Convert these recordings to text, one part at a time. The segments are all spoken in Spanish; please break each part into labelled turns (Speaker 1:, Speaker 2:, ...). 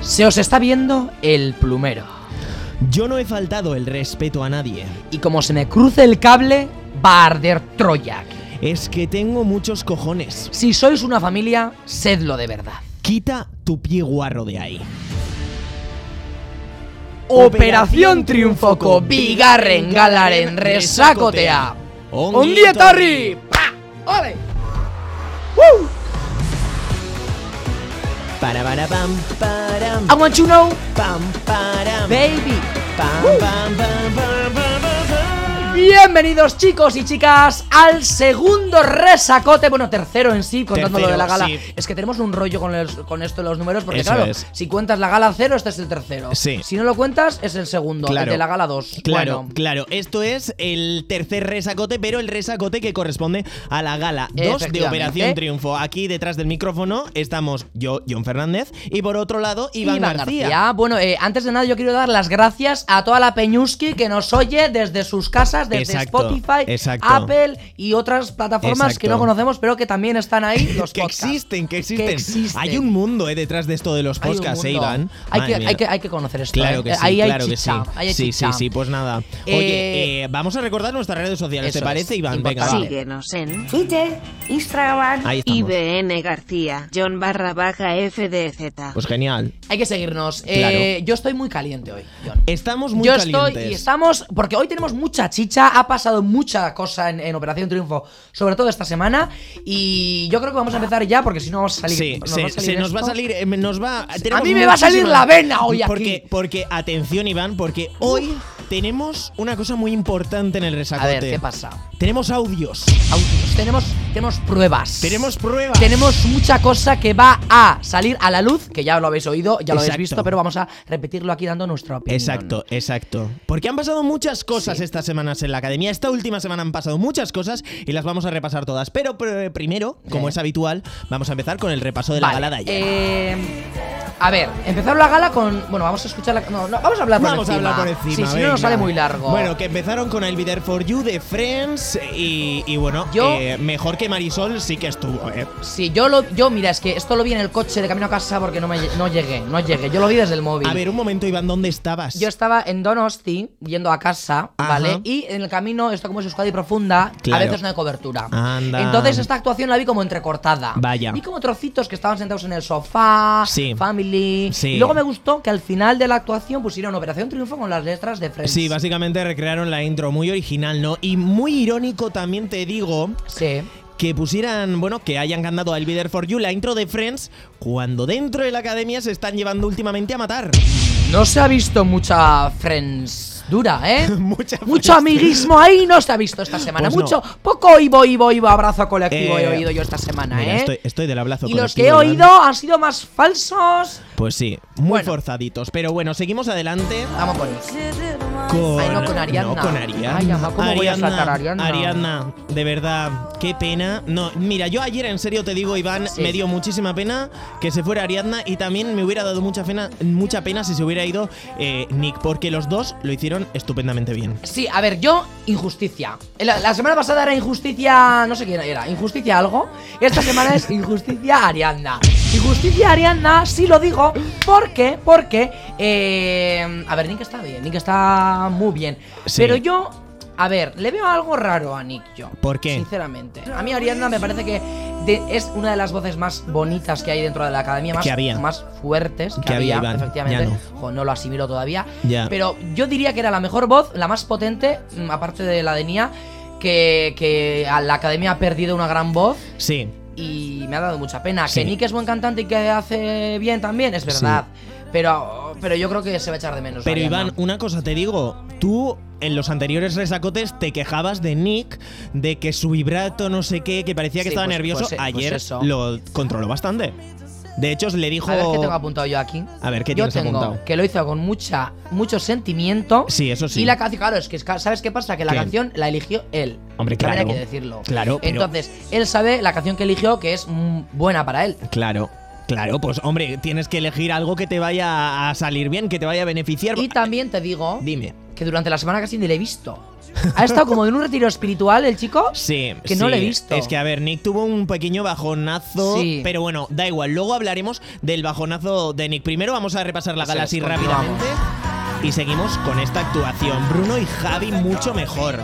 Speaker 1: Se os está viendo el plumero.
Speaker 2: Yo no he faltado el respeto a nadie.
Speaker 1: Y como se me cruce el cable, va a arder Troya.
Speaker 2: Es que tengo muchos cojones.
Speaker 1: Si sois una familia, sedlo de verdad.
Speaker 2: Quita tu pie guarro de ahí.
Speaker 1: Operación Triunfoco, Bigarren, Galaren, Resacotea. Onguietarri. ¡Pa! ¡Ole! ¡Woo!
Speaker 2: Para para pam param
Speaker 1: I want you know,
Speaker 2: pam param
Speaker 1: baby.
Speaker 2: pam pam pam pam pam pam.
Speaker 1: Bienvenidos chicos y chicas al segundo resacote, bueno, tercero en sí, contando lo de la
Speaker 2: Tercero,
Speaker 1: gala.
Speaker 2: sí.
Speaker 1: Es que tenemos un rollo con, los- con esto de los números, porque
Speaker 2: Eso
Speaker 1: claro,
Speaker 2: es.
Speaker 1: si cuentas la gala cero, este es el tercero.
Speaker 2: Sí.
Speaker 1: Si no lo cuentas, es el segundo, el
Speaker 2: Claro.
Speaker 1: de la gala 2.
Speaker 2: Claro, claro. Esto es el tercer resacote, pero el resacote que corresponde a la gala 2 de
Speaker 1: Efectivamente.
Speaker 2: Operación Triunfo. Aquí detrás del micrófono estamos yo, John Fernández, y por otro lado, Iván, García.
Speaker 1: Bueno, eh, antes de nada yo quiero dar las gracias a toda la Peñuski que nos oye desde sus casas, desde
Speaker 2: Exacto,
Speaker 1: Spotify,
Speaker 2: exacto.
Speaker 1: Apple y otras plataformas que
Speaker 2: Exacto.
Speaker 1: no conocemos, pero que también están ahí los
Speaker 2: Que
Speaker 1: podcasts.
Speaker 2: existen, que existen,
Speaker 1: existen.
Speaker 2: Hay un mundo eh, detrás de esto de los
Speaker 1: Hay un
Speaker 2: podcasts, eh,
Speaker 1: mundo.
Speaker 2: Iván.
Speaker 1: Hay
Speaker 2: Madre
Speaker 1: que,
Speaker 2: mía.
Speaker 1: hay, que, hay que conocer esto.
Speaker 2: Claro
Speaker 1: ¿eh?
Speaker 2: que sí,
Speaker 1: Ahí hay
Speaker 2: claro que
Speaker 1: chicha,
Speaker 2: sí.
Speaker 1: ahí hay
Speaker 2: sí,
Speaker 1: chicha.
Speaker 2: sí, sí, pues nada. Oye,
Speaker 1: Eh,
Speaker 2: eh, vamos a recordar nuestras redes sociales, ¿te
Speaker 1: eso
Speaker 2: parece,
Speaker 1: es,
Speaker 2: Iván? Venga,
Speaker 1: importante.
Speaker 2: va.
Speaker 3: Síguenos en Twitter, Instagram,
Speaker 2: Ahí estamos.
Speaker 3: IBN García, John barra baja FDZ.
Speaker 2: Pues genial.
Speaker 1: Hay que seguirnos.
Speaker 2: Claro.
Speaker 1: Eh, yo estoy muy caliente hoy, John.
Speaker 2: Estamos muy
Speaker 1: yo
Speaker 2: calientes.
Speaker 1: estoy y estamos, porque hoy tenemos mucha chicha, ha pasado mucha cosa en, en Operación Triunfo, sobre todo esta semana, y yo creo que vamos a empezar ya, porque si no vamos a salir.
Speaker 2: Sí,
Speaker 1: nos va
Speaker 2: se,
Speaker 1: a salir
Speaker 2: se nos va a
Speaker 1: esto.
Speaker 2: salir, eh, me- nos va. tenemos
Speaker 1: a mí me va a salir la
Speaker 2: muchísima-
Speaker 1: vena hoy aquí.
Speaker 2: porque, Porque, atención, Iván, porque hoy tenemos una cosa muy importante en el
Speaker 1: A
Speaker 2: resacote.
Speaker 1: ver, ¿qué pasa?
Speaker 2: Tenemos audios.
Speaker 1: Audios. Tenemos, tenemos pruebas.
Speaker 2: Tenemos pruebas.
Speaker 1: Tenemos mucha cosa que va a salir a la luz, que ya lo habéis oído, ya lo habéis
Speaker 2: Exacto.
Speaker 1: visto, pero vamos a repetirlo aquí dando nuestra opinión.
Speaker 2: Exacto, exacto. Porque han pasado muchas cosas
Speaker 1: Sí.
Speaker 2: estas semanas en la academia. Esta última semana han pasado muchas cosas y las vamos a repasar todas. Pero pr- primero, como
Speaker 1: Eh.
Speaker 2: es habitual, vamos a empezar con el repaso de la
Speaker 1: Vale,
Speaker 2: gala de ayer.
Speaker 1: eh, a ver, empezaron la gala con. Bueno, vamos a escuchar la. No, no, vamos a hablar por
Speaker 2: Vamos a
Speaker 1: encima.
Speaker 2: hablar por
Speaker 1: Sí,
Speaker 2: encima.
Speaker 1: si no nos
Speaker 2: venga.
Speaker 1: sale muy largo.
Speaker 2: Bueno, que empezaron con el Be There for You de Friends y, y bueno,
Speaker 1: Yo-
Speaker 2: eh, mejor que Marisol sí que estuvo, ¿eh?
Speaker 1: Sí, yo lo. Yo, mira, es que esto lo vi en el coche de camino a casa porque no, me, no llegué, no llegué. Yo lo vi desde el móvil.
Speaker 2: A ver, un momento, Iván, ¿dónde estabas?
Speaker 1: Yo estaba en Donosti, yendo a casa,
Speaker 2: Ajá.
Speaker 1: ¿vale? Y en el camino, esto como es Euskadi profunda,
Speaker 2: Claro.
Speaker 1: a veces no hay cobertura.
Speaker 2: Anda.
Speaker 1: Entonces esta actuación la vi como entrecortada.
Speaker 2: Vaya.
Speaker 1: Vi como trocitos que estaban sentados en el sofá,
Speaker 2: Sí.
Speaker 1: family.
Speaker 2: Sí.
Speaker 1: Y luego me gustó que al final de la actuación pusieron Operación Triunfo con las letras de Friends.
Speaker 2: Sí, básicamente recrearon la intro, muy original, ¿no? Y muy irónico también te digo
Speaker 1: Sí.
Speaker 2: que pusieran, bueno, que hayan cantado I'll Be There For You, la intro de Friends, cuando dentro de la academia se están llevando últimamente a matar.
Speaker 1: No se ha visto mucha Friends dura, ¿eh?
Speaker 2: Mucha
Speaker 1: Mucho amiguismo ahí no se ha visto esta semana.
Speaker 2: Pues no.
Speaker 1: Mucho, poco ibo, ibo, ibo, abrazo colectivo
Speaker 2: Eh,
Speaker 1: he oído yo esta semana,
Speaker 2: Mira,
Speaker 1: ¿eh?
Speaker 2: estoy, estoy del abrazo
Speaker 1: y los que he
Speaker 2: colectivo, Iván.
Speaker 1: oído han sido más falsos.
Speaker 2: Pues sí, muy
Speaker 1: Bueno.
Speaker 2: forzaditos. Pero bueno, seguimos adelante.
Speaker 1: Vamos con ellos.
Speaker 2: Con,
Speaker 1: Ay, no, con Ariadna.
Speaker 2: No, con Ariadna.
Speaker 1: Ay, ama, ¿cómo voy a saltar a Ariadna?
Speaker 2: Ariadna, de verdad, qué pena. No, mira, yo ayer en serio te digo, Iván,
Speaker 1: Sí.
Speaker 2: me dio muchísima pena que se fuera Ariadna y también me hubiera dado mucha pena, mucha pena si se hubiera ido eh, Nick, porque los dos lo hicieron estupendamente bien.
Speaker 1: Sí, a ver, yo, injusticia. La, la semana pasada era injusticia. No sé quién era, injusticia algo. Y esta semana es injusticia Arianda. Injusticia Arianda, sí lo digo. Porque, porque. eh, a ver, Nick está bien, Nick está muy bien.
Speaker 2: Sí.
Speaker 1: Pero yo. A ver, le veo algo raro a Nick yo.
Speaker 2: ¿Por qué?
Speaker 1: Sinceramente. A mí Arianda me parece que de- es una de las voces más bonitas que hay dentro de la academia, más,
Speaker 2: Que había.
Speaker 1: más fuertes que,
Speaker 2: Que había,
Speaker 1: había,
Speaker 2: Iván, ya
Speaker 1: efectivamente.
Speaker 2: no.
Speaker 1: Jo, no lo asimilo todavía.
Speaker 2: Ya.
Speaker 1: Pero yo diría que era la mejor voz, la más potente, mm, aparte de la de Nia, que, que a la academia ha perdido una gran voz.
Speaker 2: Sí,
Speaker 1: Pues Y me ha dado mucha pena.
Speaker 2: Sí.
Speaker 1: Que Nick es buen cantante y que hace bien también, es verdad. Pero, pero yo creo que se va a echar de menos.
Speaker 2: Pero
Speaker 1: Ariana.
Speaker 2: Iván, una cosa te digo, tú en los anteriores resacotes te quejabas de Nick, de que su vibrato no sé qué, que parecía que
Speaker 1: Sí,
Speaker 2: estaba
Speaker 1: pues-
Speaker 2: nervioso,
Speaker 1: pues, eh, pues
Speaker 2: ayer
Speaker 1: eso.
Speaker 2: lo controló bastante. De hecho, le dijo...
Speaker 1: A ver qué tengo apuntado yo aquí.
Speaker 2: A ver, ¿qué
Speaker 1: yo
Speaker 2: tienes
Speaker 1: tengo
Speaker 2: apuntado?
Speaker 1: que lo hizo con mucha, mucho sentimiento.
Speaker 2: Sí, eso sí.
Speaker 1: Y la canción, claro, es que ca- ¿sabes qué pasa? Que la
Speaker 2: ¿Qué?
Speaker 1: canción la eligió él.
Speaker 2: Hombre,
Speaker 1: También
Speaker 2: claro.
Speaker 1: Hay que decirlo.
Speaker 2: Claro, pero-
Speaker 1: Entonces, él sabe la canción que eligió que es mm, buena para él.
Speaker 2: Claro. Claro, pues hombre, tienes que elegir algo que te vaya a salir bien, que te vaya a beneficiar.
Speaker 1: Y también te digo
Speaker 2: Dime.
Speaker 1: que durante la semana casi ni le he visto. Ha estado como en un retiro espiritual el chico.
Speaker 2: Sí,
Speaker 1: Que no
Speaker 2: sí.
Speaker 1: le he visto.
Speaker 2: Es que, a ver, Nick tuvo un pequeño bajonazo.
Speaker 1: Sí.
Speaker 2: Pero bueno, da igual. Luego hablaremos del bajonazo de Nick. Primero vamos a repasar la
Speaker 1: Eso
Speaker 2: gala
Speaker 1: es,
Speaker 2: así
Speaker 1: continuamos.
Speaker 2: rápidamente. Y seguimos con esta actuación. Bruno y Javi mucho mejor.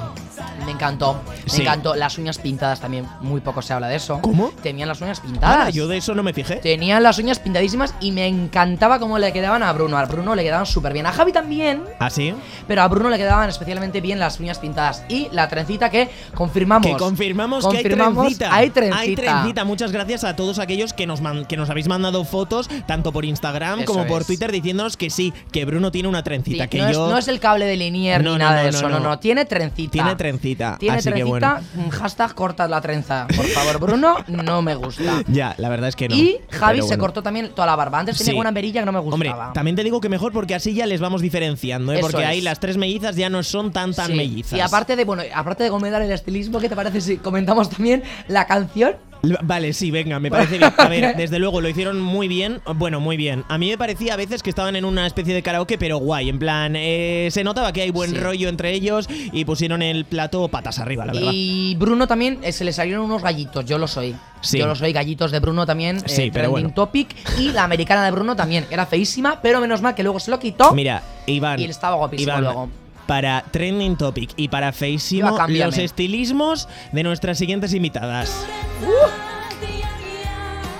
Speaker 1: Me encantó. Me
Speaker 2: Sí.
Speaker 1: encantó. Las uñas pintadas también. Muy poco se habla de eso.
Speaker 2: ¿Cómo?
Speaker 1: Tenían las uñas
Speaker 2: Ah,
Speaker 1: pintadas.
Speaker 2: yo de eso no me fijé.
Speaker 1: Tenían las uñas pintadísimas y me encantaba cómo le quedaban a Bruno. A Bruno le quedaban súper bien. A Javi también.
Speaker 2: ¿Así?
Speaker 1: Pero a Bruno le quedaban especialmente bien las uñas pintadas y la trencita que confirmamos.
Speaker 2: Que confirmamos,
Speaker 1: Confirmamos,
Speaker 2: que hay
Speaker 1: hay
Speaker 2: trencita.
Speaker 1: trencita.
Speaker 2: trencita. Muchas gracias a todos aquellos que nos, man- que nos habéis mandado fotos, tanto por Instagram
Speaker 1: Eso
Speaker 2: como por
Speaker 1: es.
Speaker 2: Twitter, diciéndonos que sí, que Bruno tiene una
Speaker 1: Sí,
Speaker 2: trencita. que
Speaker 1: no,
Speaker 2: yo.
Speaker 1: es, no es el cable de linier
Speaker 2: No,
Speaker 1: ni
Speaker 2: no,
Speaker 1: nada
Speaker 2: no,
Speaker 1: de
Speaker 2: no,
Speaker 1: eso, no,
Speaker 2: no.
Speaker 1: no, Tiene trencita.
Speaker 2: Tiene trencita.
Speaker 1: Tiene
Speaker 2: así que
Speaker 1: trencita.
Speaker 2: bueno.
Speaker 1: mm, Hashtag corta la trenza. Por favor, Bruno, no me gusta.
Speaker 2: Ya, la verdad es que no.
Speaker 1: Y Javi
Speaker 2: Pero
Speaker 1: se
Speaker 2: bueno.
Speaker 1: cortó también toda la barba. Antes tenía
Speaker 2: Sí.
Speaker 1: una verilla que no me
Speaker 2: Hombre,
Speaker 1: gustaba.
Speaker 2: también te digo que mejor porque así ya les vamos diferenciando, ¿eh?
Speaker 1: Eso
Speaker 2: porque
Speaker 1: es.
Speaker 2: ahí las tres mellizas ya no son tan tan
Speaker 1: Sí.
Speaker 2: mellizas.
Speaker 1: Y aparte de, bueno, aparte de comentar el estilismo, ¿qué te parece si comentamos también la canción?
Speaker 2: L- Vale, sí, venga, me parece bien. A ver, desde luego lo hicieron muy bien. Bueno, muy bien. A mí me parecía a veces que estaban en una especie de karaoke, pero guay. En plan, eh, se notaba que hay buen
Speaker 1: Sí.
Speaker 2: rollo entre ellos y pusieron el plato patas arriba, la verdad.
Speaker 1: Y Bruno también eh, se le salieron unos gallitos, yo lo soy.
Speaker 2: Sí.
Speaker 1: Yo lo soy, gallitos de Bruno también, eh,
Speaker 2: Sí,
Speaker 1: trending
Speaker 2: pero bueno.
Speaker 1: topic. Y la americana de Bruno también, era feísima, pero menos mal que luego se lo quitó.
Speaker 2: Mira, Iván.
Speaker 1: Y él estaba guapísimo
Speaker 2: Iván,
Speaker 1: luego.
Speaker 2: Para Trending Topic y para Feísimo,
Speaker 1: Iba, cámbiame.
Speaker 2: los estilismos de nuestras siguientes invitadas.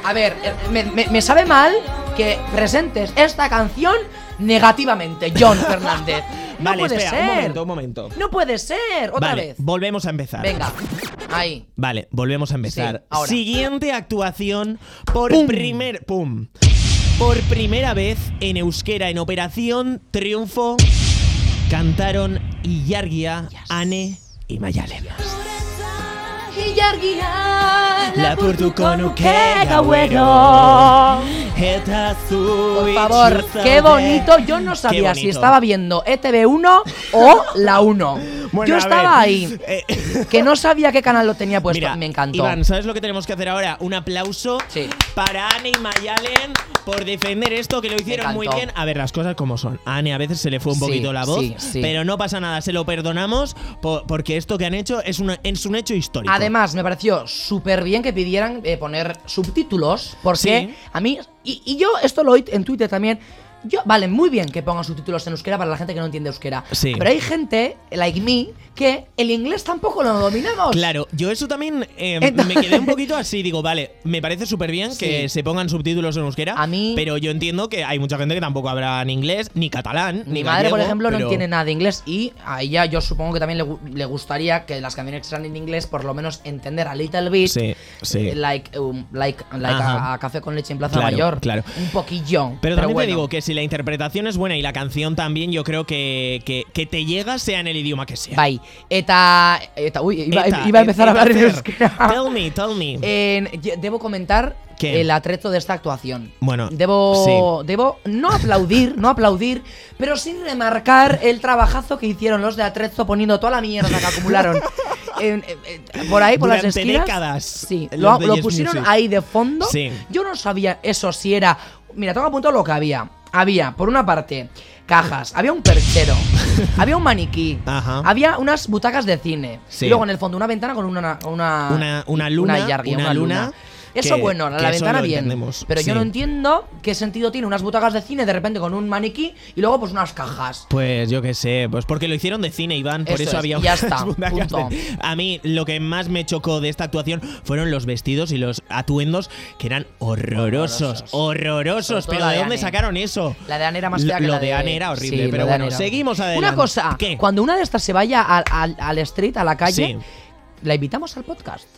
Speaker 1: A ver, eh, me, me- me sabe mal que presentes esta canción negativamente, John Fernández. No
Speaker 2: vale,
Speaker 1: puede
Speaker 2: espera,
Speaker 1: ser.
Speaker 2: un momento, un momento.
Speaker 1: No puede ser, otra
Speaker 2: vale,
Speaker 1: vez.
Speaker 2: volvemos a empezar.
Speaker 1: Venga, ahí.
Speaker 2: Vale, volvemos a empezar.
Speaker 1: Sí, ahora.
Speaker 2: Siguiente actuación por primer pum. Por primera vez en euskera en Operación Triunfo cantaron Iyargia, Ane y Mayalen.
Speaker 1: Por favor, qué bonito. Yo no sabía si estaba viendo E ETV1 o la 1. Yo estaba ahí, que no sabía qué canal lo tenía puesto.
Speaker 2: Mira,
Speaker 1: Me encantó.
Speaker 2: Iván, ¿sabes lo que tenemos que hacer ahora? Un aplauso
Speaker 1: Sí.
Speaker 2: para Anne y Mayalen por defender esto, que lo hicieron
Speaker 1: encantó.
Speaker 2: muy bien. A ver, las cosas como son. A Anne a veces se le fue un
Speaker 1: Sí,
Speaker 2: poquito la voz,
Speaker 1: sí, sí.
Speaker 2: pero no pasa nada, se lo perdonamos po- porque esto que han hecho es, una- es un hecho histórico.
Speaker 1: Además, me pareció súper bien que pidieran eh, poner subtítulos, porque
Speaker 2: Sí.
Speaker 1: a mí, y, y yo esto lo oí en Twitter también, yo, vale, muy bien que pongan subtítulos en euskera para la gente que no entiende euskera,
Speaker 2: Sí.
Speaker 1: pero hay gente, like me, que el inglés tampoco lo dominamos.
Speaker 2: Claro, yo eso también eh,
Speaker 1: Entonces-
Speaker 2: me quedé un poquito así. Digo, vale, me parece súper bien que
Speaker 1: Sí.
Speaker 2: se pongan subtítulos en euskera.
Speaker 1: A mí-
Speaker 2: Pero yo entiendo que hay mucha gente que tampoco habla ni inglés, ni catalán, ni
Speaker 1: Mi madre, por
Speaker 2: gallego,
Speaker 1: ejemplo, no
Speaker 2: pero-
Speaker 1: entiende nada de inglés y a ella yo supongo que también le, gu- le gustaría que las canciones que sean en inglés por lo menos entender a little bit.
Speaker 2: Sí, sí.
Speaker 1: eh, Like, um, like, like
Speaker 2: Ajá.
Speaker 1: a, a café con leche en Plaza
Speaker 2: Claro,
Speaker 1: Mayor.
Speaker 2: claro.
Speaker 1: Un poquillo. Pero,
Speaker 2: Pero también
Speaker 1: bueno.
Speaker 2: te digo que si la interpretación es buena y la canción también, yo creo que, que, que te llega sea en el idioma que sea. em,
Speaker 1: Bai, eta... eta uy, iba,
Speaker 2: Eta,
Speaker 1: iba a empezar a
Speaker 2: eta
Speaker 1: hablar en
Speaker 2: zer.
Speaker 1: euskera. Eh,
Speaker 2: Tell me, tell me.
Speaker 1: En- ye- debo comentar
Speaker 2: ¿Qué?
Speaker 1: el atrezo de esta actuación.
Speaker 2: Bueno,
Speaker 1: Debo, debo no aplaudir, no aplaudir, pero sí remarcar el trabajazo que hicieron los de atrezo poniendo toda la mierda que acumularon. en- en- en- por ahí, por las
Speaker 2: Durante
Speaker 1: esquinas.
Speaker 2: décadas,
Speaker 1: Sí,
Speaker 2: los
Speaker 1: lo,
Speaker 2: de
Speaker 1: lo
Speaker 2: Yes
Speaker 1: pusieron
Speaker 2: Music.
Speaker 1: ahí de fondo.
Speaker 2: Sí.
Speaker 1: Yo no sabía eso si era. Mira, tengo apuntado lo que había. Había, por una parte, cajas, había un perchero, había un maniquí,
Speaker 2: Ajá.
Speaker 1: había unas butacas de cine.
Speaker 2: Sí.
Speaker 1: Y luego en el fondo una ventana con una. Ah, Una,
Speaker 2: Una- una luna,
Speaker 1: yargia,
Speaker 2: una luna,
Speaker 1: Eso
Speaker 2: que-
Speaker 1: bueno, la
Speaker 2: que eso
Speaker 1: ventana
Speaker 2: lo
Speaker 1: bien.
Speaker 2: entendemos,
Speaker 1: Pero
Speaker 2: sí.
Speaker 1: yo no entiendo qué sentido tiene unas butacas de cine de repente con un maniquí y luego pues unas cajas.
Speaker 2: Pues yo qué sé, pues porque lo hicieron de cine, Iván, por
Speaker 1: Eso
Speaker 2: eso,
Speaker 1: es,
Speaker 2: había
Speaker 1: y ya
Speaker 2: unas
Speaker 1: está,
Speaker 2: butacas
Speaker 1: punto.
Speaker 2: de- A mí lo que más me chocó de esta actuación fueron los vestidos y los atuendos que eran horrorosos,
Speaker 1: Horrorosos.
Speaker 2: horrorosos,
Speaker 1: Sobre todo
Speaker 2: pero
Speaker 1: la
Speaker 2: ¿de
Speaker 1: de
Speaker 2: dónde
Speaker 1: Anne.
Speaker 2: sacaron eso?
Speaker 1: La de Anne era más
Speaker 2: Lo-
Speaker 1: fea que
Speaker 2: lo
Speaker 1: la
Speaker 2: de
Speaker 1: de
Speaker 2: Anne era horrible, pero
Speaker 1: la de
Speaker 2: bueno,
Speaker 1: Anne era-
Speaker 2: seguimos adelante.
Speaker 1: Una cosa,
Speaker 2: ¿Qué?
Speaker 1: cuando una de estas se vaya al, al- al street, a la
Speaker 2: Sí.
Speaker 1: calle, la invitamos al podcast.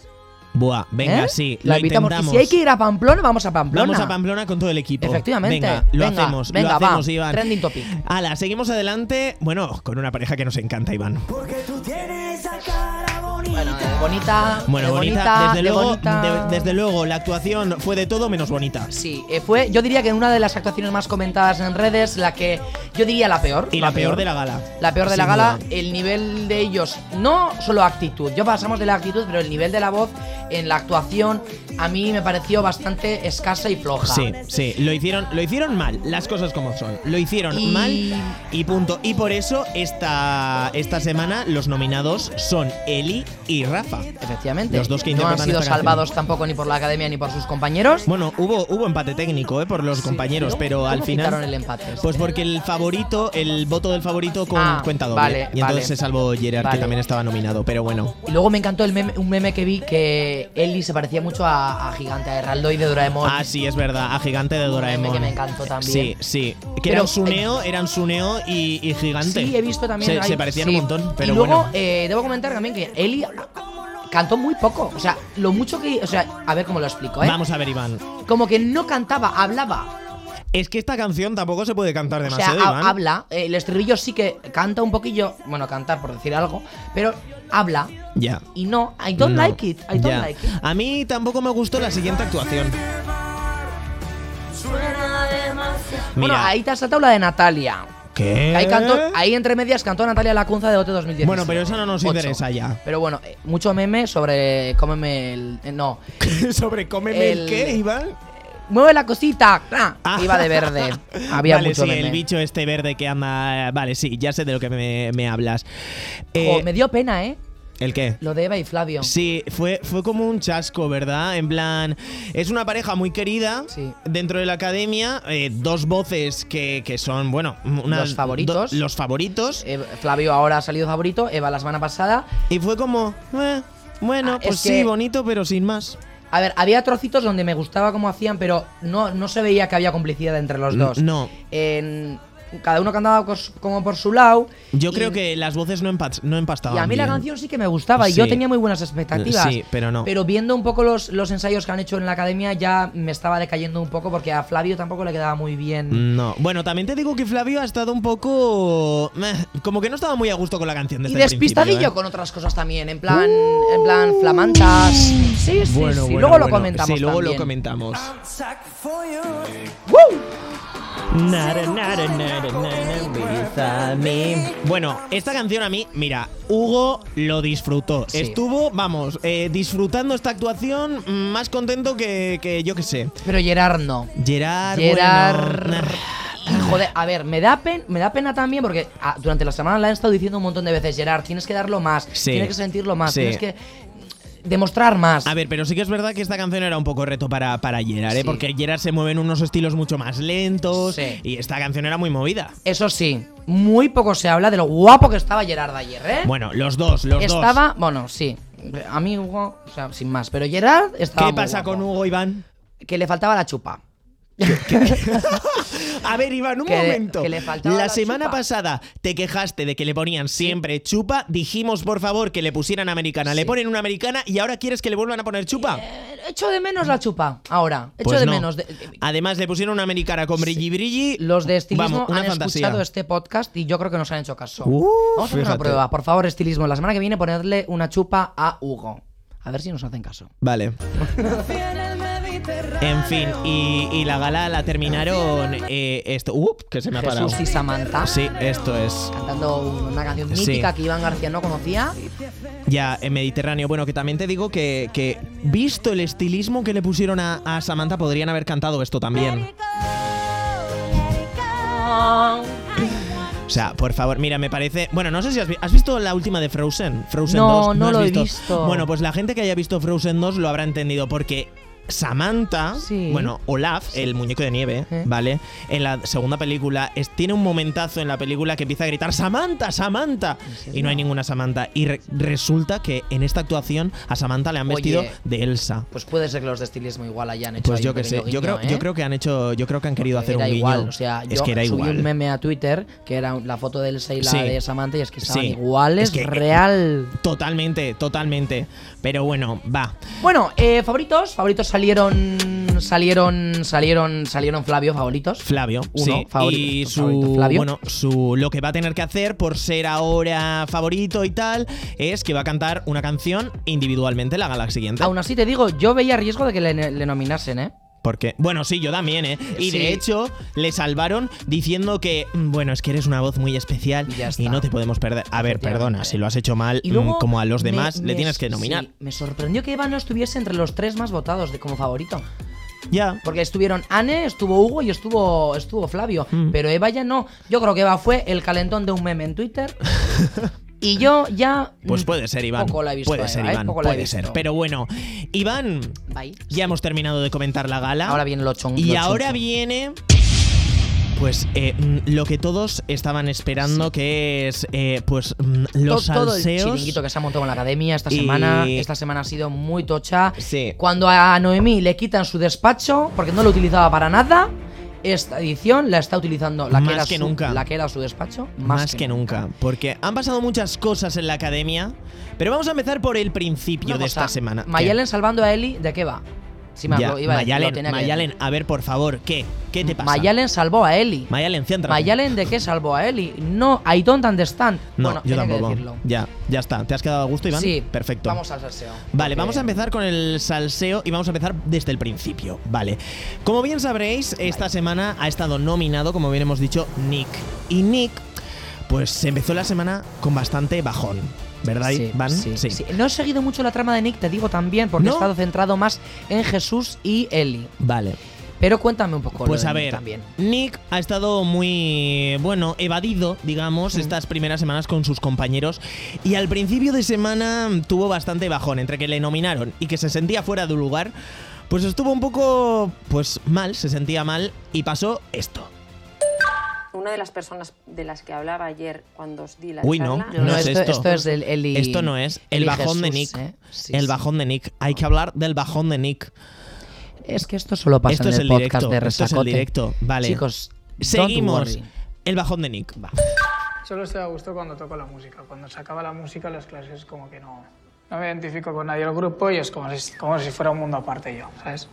Speaker 2: Buah, venga,
Speaker 1: ¿eh?
Speaker 2: sí,
Speaker 1: la
Speaker 2: lo
Speaker 1: invitamos.
Speaker 2: intentamos.
Speaker 1: Y si hay que ir a Pamplona, vamos a Pamplona.
Speaker 2: Vamos a Pamplona con todo el equipo.
Speaker 1: Efectivamente.
Speaker 2: Venga, lo
Speaker 1: Venga,
Speaker 2: hacemos.
Speaker 1: venga,
Speaker 2: lo hacemos,
Speaker 1: va.
Speaker 2: Iván.
Speaker 1: Trending topic.
Speaker 2: Ala, seguimos adelante. Bueno, con una pareja que nos encanta, Iván.
Speaker 1: Bueno, de bonita.
Speaker 2: Bueno,
Speaker 1: de
Speaker 2: bonita,
Speaker 1: bonita,
Speaker 2: desde,
Speaker 1: de
Speaker 2: luego,
Speaker 1: bonita.
Speaker 2: de- desde luego, la actuación fue de todo menos bonita.
Speaker 1: Sí, eh, fue, yo diría que una de las actuaciones más comentadas en redes, la que yo diría la peor.
Speaker 2: Y la peor de la gala.
Speaker 1: La peor de la
Speaker 2: Sin
Speaker 1: gala, eh,
Speaker 2: duda.
Speaker 1: el nivel de ellos, no solo actitud, yo pasamos de la actitud, pero el nivel de la voz en la actuación a mí me pareció bastante escasa y floja.
Speaker 2: Sí, sí, lo hicieron, lo hicieron mal, las cosas como son. Lo hicieron
Speaker 1: Y-
Speaker 2: mal y punto. Y por eso esta, esta semana los nominados son Eli y Rafa.
Speaker 1: Efectivamente.
Speaker 2: Los dos que
Speaker 1: no han
Speaker 2: interpretan
Speaker 1: sido
Speaker 2: esta canción.
Speaker 1: salvados tampoco ni por la academia ni por sus compañeros.
Speaker 2: Bueno, hubo, hubo empate técnico eh, por los compañeros,
Speaker 1: ¿no?
Speaker 2: pero
Speaker 1: ¿Cómo
Speaker 2: al final.
Speaker 1: quitaron el empate?
Speaker 2: Pues porque el favorito, el voto del favorito con
Speaker 1: Ah,
Speaker 2: cuenta doble.
Speaker 1: vale,
Speaker 2: y entonces
Speaker 1: vale.
Speaker 2: se salvó Gerard, que
Speaker 1: Vale.
Speaker 2: también estaba nominado, pero bueno.
Speaker 1: Y luego me encantó el meme- un meme que vi que Ellie se parecía mucho a, a Gigante, a Heraldo y de Doraemon.
Speaker 2: Ah, sí, es verdad, a Gigante de Doraemon.
Speaker 1: que me encantó también.
Speaker 2: Sí, sí. Que
Speaker 1: Pero-
Speaker 2: eran Suneo, eran Suneo y, y Gigante.
Speaker 1: Sí, he visto también.
Speaker 2: Se,
Speaker 1: hay-
Speaker 2: se parecían
Speaker 1: sí.
Speaker 2: un montón, pero
Speaker 1: y luego,
Speaker 2: bueno.
Speaker 1: eh, debo comentar también que Eli cantó muy poco. O sea, lo mucho que. O sea, a ver cómo lo explico, ¿eh?
Speaker 2: Vamos a ver, Iván.
Speaker 1: Como que no cantaba, hablaba.
Speaker 2: Es que esta canción tampoco se puede cantar
Speaker 1: O sea,
Speaker 2: demasiado,
Speaker 1: ha-
Speaker 2: Iván.
Speaker 1: habla. eh, el estribillo sí que canta un poquillo. Bueno, cantar por decir algo. Pero habla.
Speaker 2: Ya.
Speaker 1: Y no, I don't
Speaker 2: No.
Speaker 1: like it. I don't
Speaker 2: Ya.
Speaker 1: like it.
Speaker 2: A mí tampoco me gustó la siguiente actuación.
Speaker 1: Bueno,
Speaker 2: Mira,
Speaker 1: ahí te has saltado la de Natalia.
Speaker 2: ¿qué?
Speaker 1: Ahí, cantó, ahí entre medias cantó Natalia Lacunza de OT 2010.
Speaker 2: Bueno, pero eso no nos interesa ya.
Speaker 1: Pero bueno, eh, mucho meme sobre cómeme el. eh, no.
Speaker 2: ¿Sobre cómeme el,
Speaker 1: El-
Speaker 2: qué, Iván?
Speaker 1: ¡Mueve la cosita! ¡Cra!
Speaker 2: Ah.
Speaker 1: Iba de verde. Había
Speaker 2: vale,
Speaker 1: mucho
Speaker 2: sí,
Speaker 1: meme.
Speaker 2: el bicho este verde que anda. Vale, sí, ya sé de lo que me, me hablas. Eh,
Speaker 1: Jo, me dio pena, ¿eh?
Speaker 2: ¿El qué?
Speaker 1: Lo de Eva y Flavio.
Speaker 2: Sí, fue, fue como un chasco, ¿verdad? En plan, es una pareja muy querida
Speaker 1: Sí.
Speaker 2: dentro de la academia, eh, dos voces que, que son, bueno, unas,
Speaker 1: Los favoritos.
Speaker 2: do- los favoritos.
Speaker 1: Eh, Flavio ahora ha salido favorito, Eva la semana pasada.
Speaker 2: Y fue como, eh, bueno,
Speaker 1: Ah,
Speaker 2: pues
Speaker 1: es
Speaker 2: sí,
Speaker 1: que-
Speaker 2: bonito, pero sin más.
Speaker 1: A ver, había trocitos donde me gustaba cómo hacían, pero no, no se veía que había complicidad entre los dos.
Speaker 2: No,
Speaker 1: En- cada uno cantaba cos- como por su lado.
Speaker 2: yo
Speaker 1: y-
Speaker 2: creo que las voces no, empa- no empastaban.
Speaker 1: Y a mí la
Speaker 2: bien.
Speaker 1: canción sí que me gustaba y yo
Speaker 2: Sí.
Speaker 1: tenía muy buenas expectativas.
Speaker 2: Sí, pero no.
Speaker 1: Pero viendo un poco los, los ensayos que han hecho en la academia ya me estaba decayendo un poco porque a Flavio tampoco le quedaba muy bien.
Speaker 2: No, bueno, también te digo que Flavio ha estado un poco. meh, como que no estaba muy a gusto con la canción
Speaker 1: Y
Speaker 2: desde el
Speaker 1: despistadillo
Speaker 2: principio, ¿eh?
Speaker 1: con otras cosas también, en plan, en plan flamantas. Uh. Sí,
Speaker 2: ¿eh?
Speaker 1: sí,
Speaker 2: Bueno,
Speaker 1: sí.
Speaker 2: bueno,
Speaker 1: luego lo
Speaker 2: bueno.
Speaker 1: comentamos.
Speaker 2: Sí, luego lo
Speaker 1: también.
Speaker 2: comentamos.
Speaker 1: ¡Woo!
Speaker 2: Nara, nara, nara, nara, with a me. Bueno, esta canción a mí, mira, Hugo lo disfrutó.
Speaker 1: Sí.
Speaker 2: Estuvo, vamos, eh, disfrutando esta actuación mm, más contento que, que yo que sé.
Speaker 1: Pero Gerard no.
Speaker 2: Gerard.
Speaker 1: Gerard.
Speaker 2: Ah, bueno, nah.
Speaker 1: Joder, a ver, me da, pen- me da pena también porque ah, durante la semana le han estado diciendo un montón de veces, Gerard, tienes que darlo más,
Speaker 2: Sí.
Speaker 1: tienes que sentirlo más,
Speaker 2: Sí.
Speaker 1: tienes que demostrar más.
Speaker 2: A ver, pero sí que es verdad que esta canción era un poco reto para, para Gerard, ¿eh?
Speaker 1: Sí.
Speaker 2: porque Gerard se mueve en unos estilos mucho más lentos
Speaker 1: Sí.
Speaker 2: y esta canción era muy movida.
Speaker 1: Eso sí, muy poco se habla de lo guapo que estaba Gerard ayer, ¿eh?
Speaker 2: Bueno, los dos, los dos.
Speaker 1: estaba, bueno, sí. A mí Hugo, o sea, sin más, pero Gerard estaba
Speaker 2: ¿Qué
Speaker 1: muy
Speaker 2: pasa
Speaker 1: guapo.
Speaker 2: con Hugo, Iván?
Speaker 1: Que le faltaba la chupa.
Speaker 2: A ver, Iván, un
Speaker 1: Que le-
Speaker 2: momento.
Speaker 1: que le faltaba la
Speaker 2: semana
Speaker 1: chupa.
Speaker 2: pasada te quejaste de que le ponían siempre chupa. Dijimos, por favor, que le pusieran americana. Le
Speaker 1: Sí.
Speaker 2: ponen una americana y ahora quieres que le vuelvan a poner chupa.
Speaker 1: Eh, Echo de menos la chupa, ahora. Echo
Speaker 2: Pues
Speaker 1: de
Speaker 2: no.
Speaker 1: menos. de- de-
Speaker 2: Además, le pusieron una americana con brilli brilli.
Speaker 1: los de estilismo
Speaker 2: Vamos, una
Speaker 1: han
Speaker 2: fantasía.
Speaker 1: escuchado este podcast y yo creo que nos han hecho caso.
Speaker 2: Uh,
Speaker 1: Vamos a hacer
Speaker 2: fíjate.
Speaker 1: una prueba. Por favor, estilismo. La semana que viene ponerle una chupa a Hugo. A ver si nos hacen caso.
Speaker 2: Vale. en fin, y, y la gala la terminaron. eh, esto. Uh, que se me ha parado.
Speaker 1: Jesús y Samantha.
Speaker 2: Sí, esto es.
Speaker 1: Cantando una canción
Speaker 2: Sí.
Speaker 1: mítica que Iván García no conocía.
Speaker 2: Ya, en Mediterráneo. Bueno, que también te digo que, que visto el estilismo que le pusieron a, a Samantha, podrían haber cantado esto también. O sea, por favor, mira, me parece. Bueno, no sé si has, vi- ¿has visto la última de Frozen. Frozen
Speaker 1: No,
Speaker 2: 2.
Speaker 1: no
Speaker 2: has
Speaker 1: lo he visto.
Speaker 2: Bueno, pues la gente que haya visto Frozen 2 lo habrá entendido porque. Samantha,
Speaker 1: Sí.
Speaker 2: bueno, Olaf, el muñeco de nieve,
Speaker 1: ¿Eh?
Speaker 2: ¿vale? En la segunda película es- tiene un momentazo en la película que empieza a gritar Samantha, Samantha, y no hay ninguna Samantha. Y re- resulta que en esta actuación a Samantha le han
Speaker 1: Oye.
Speaker 2: vestido de Elsa.
Speaker 1: Pues puede ser que los de estilismo igual hayan hecho.
Speaker 2: Pues
Speaker 1: ahí
Speaker 2: yo
Speaker 1: un
Speaker 2: que sé,
Speaker 1: pequeño
Speaker 2: yo creo,
Speaker 1: guiño,
Speaker 2: yo
Speaker 1: ¿eh?
Speaker 2: creo que han hecho, yo creo que han querido hacer
Speaker 1: era
Speaker 2: un guiño.
Speaker 1: igual, o sea,
Speaker 2: es
Speaker 1: yo
Speaker 2: que era
Speaker 1: subí
Speaker 2: igual.
Speaker 1: un meme a Twitter que era la foto de Elsa y la
Speaker 2: Sí.
Speaker 1: de Samantha y es que estaban
Speaker 2: Sí.
Speaker 1: iguales,
Speaker 2: Es que- eh,
Speaker 1: real.
Speaker 2: Totalmente, totalmente. Pero bueno, va.
Speaker 1: Bueno, eh, favoritos, favoritos salieron, salieron, salieron, salieron Flavio, favoritos.
Speaker 2: Flavio,
Speaker 1: Uno,
Speaker 2: sí.
Speaker 1: favorito,
Speaker 2: y
Speaker 1: tu
Speaker 2: su,
Speaker 1: favorito, Flavio.
Speaker 2: bueno, su lo que va a tener que hacer por ser ahora favorito y tal es que va a cantar una canción individualmente en la gala siguiente.
Speaker 1: Aún así te digo, yo veía riesgo de que le, le nominasen, ¿eh?
Speaker 2: Porque, bueno, sí, yo también, ¿eh? Y
Speaker 1: Sí.
Speaker 2: de hecho, le salvaron diciendo que, mm, bueno, es que eres una voz muy especial
Speaker 1: Y ya
Speaker 2: y
Speaker 1: está.
Speaker 2: no te podemos perder. A ver,
Speaker 1: Efectivamente.
Speaker 2: perdona, si lo has hecho mal,
Speaker 1: Y
Speaker 2: mm,
Speaker 1: luego
Speaker 2: como a los
Speaker 1: me-
Speaker 2: demás, le
Speaker 1: me-
Speaker 2: tienes que nominar.
Speaker 1: sí, me sorprendió que Eva no estuviese entre los tres más votados de como favorito.
Speaker 2: Ya.
Speaker 1: Porque estuvieron Anne, estuvo Hugo y estuvo, estuvo Flavio.
Speaker 2: Mm.
Speaker 1: Pero Eva ya no. Yo creo que Eva fue el calentón de un meme en Twitter. y yo ya.
Speaker 2: Pues
Speaker 1: mm,
Speaker 2: puede ser, Iván.
Speaker 1: Poco la he visto.
Speaker 2: puede
Speaker 1: a
Speaker 2: ser,
Speaker 1: Eva, ¿eh?
Speaker 2: Iván.
Speaker 1: Poco la he
Speaker 2: Puede ser.
Speaker 1: visto.
Speaker 2: Pero bueno, Iván,
Speaker 1: mm, Bye.
Speaker 2: ya hemos terminado de comentar la gala.
Speaker 1: Ahora viene lo chungo.
Speaker 2: Y ahora viene. Pues eh, mm, lo que todos estaban esperando, que es eh, pues mm, los
Speaker 1: todo el
Speaker 2: salseos.
Speaker 1: chiringuito que se ha montado en la academia esta
Speaker 2: Y-
Speaker 1: semana. Esta semana ha sido muy tocha.
Speaker 2: Sí.
Speaker 1: Cuando a Noemí le quitan su despacho, porque no lo utilizaba para nada, esta edición la está utilizando la que,
Speaker 2: Más
Speaker 1: era
Speaker 2: que
Speaker 1: su,
Speaker 2: nunca.
Speaker 1: La que era su despacho.
Speaker 2: Más, que, nunca. Porque han pasado muchas cosas en la academia. Pero vamos a empezar por el principio
Speaker 1: Una
Speaker 2: de esta
Speaker 1: cosa,
Speaker 2: semana. ¿Qué?
Speaker 1: Mayalen salvando a Eli, ¿de qué va? Sí, me
Speaker 2: Ya,
Speaker 1: lo iba a decir, lo
Speaker 2: Mayalen,
Speaker 1: tenía que
Speaker 2: Mayalen,
Speaker 1: decir.
Speaker 2: a ver, por favor, ¿qué? ¿Qué te pasa?
Speaker 1: Mayalen salvó a Eli.
Speaker 2: Mayalen, céntrate.
Speaker 1: Mayalen, ¿de qué salvó a Eli? No, I don't understand.
Speaker 2: No,
Speaker 1: bueno,
Speaker 2: yo
Speaker 1: tenía
Speaker 2: tampoco.
Speaker 1: que decirlo.
Speaker 2: Ya, ya está. ¿Te has quedado a gusto, Iván?
Speaker 1: Sí,
Speaker 2: Perfecto.
Speaker 1: Vamos al salseo.
Speaker 2: Vale,
Speaker 1: Porque-
Speaker 2: vamos a empezar con el salseo y vamos a empezar desde el principio. Vale. Como bien sabréis, esta semana ha estado nominado, como bien hemos dicho, Nick. Y Nick, pues se empezó la semana con bastante bajón. ¿Verdad,
Speaker 1: Sí,
Speaker 2: Iván?
Speaker 1: sí, sí. No he seguido mucho la trama de Nick, te digo también, porque
Speaker 2: ¿No?
Speaker 1: he estado centrado más en Jesús y Eli.
Speaker 2: Vale.
Speaker 1: Pero cuéntame un poco. lo
Speaker 2: Pues
Speaker 1: de
Speaker 2: a
Speaker 1: Nick
Speaker 2: ver,
Speaker 1: También.
Speaker 2: Nick ha estado muy, bueno, evadido, digamos, estas primeras semanas con sus compañeros y al principio de semana tuvo bastante bajón entre que le nominaron y que se sentía fuera de lugar, pues estuvo un poco, pues mal, se sentía mal y pasó esto.
Speaker 4: Una de las personas de las que hablaba ayer cuando os di la
Speaker 2: Uy, no,
Speaker 4: charla...
Speaker 2: no, es
Speaker 1: esto,
Speaker 2: esto.
Speaker 1: esto es el Eli.
Speaker 2: esto no es el
Speaker 1: Eli
Speaker 2: bajón de
Speaker 1: Jesús,
Speaker 2: Nick.
Speaker 1: ¿eh? Sí,
Speaker 2: el
Speaker 1: sí.
Speaker 2: bajón de Nick. Hay que hablar del bajón de Nick.
Speaker 1: Es que esto solo pasa
Speaker 2: esto
Speaker 1: en
Speaker 2: es
Speaker 1: el,
Speaker 2: el
Speaker 1: podcast
Speaker 2: directo.
Speaker 1: de
Speaker 2: esto
Speaker 1: Resacote.
Speaker 2: es el directo. Vale.
Speaker 1: Chicos, don't
Speaker 2: seguimos.
Speaker 1: worry.
Speaker 2: El bajón de Nick. Va.
Speaker 5: Solo estoy a gusto cuando toco la música. Cuando se acaba la música, las clases como que no... No me identifico con nadie del grupo y es como si, como si fuera un mundo aparte yo, ¿sabes?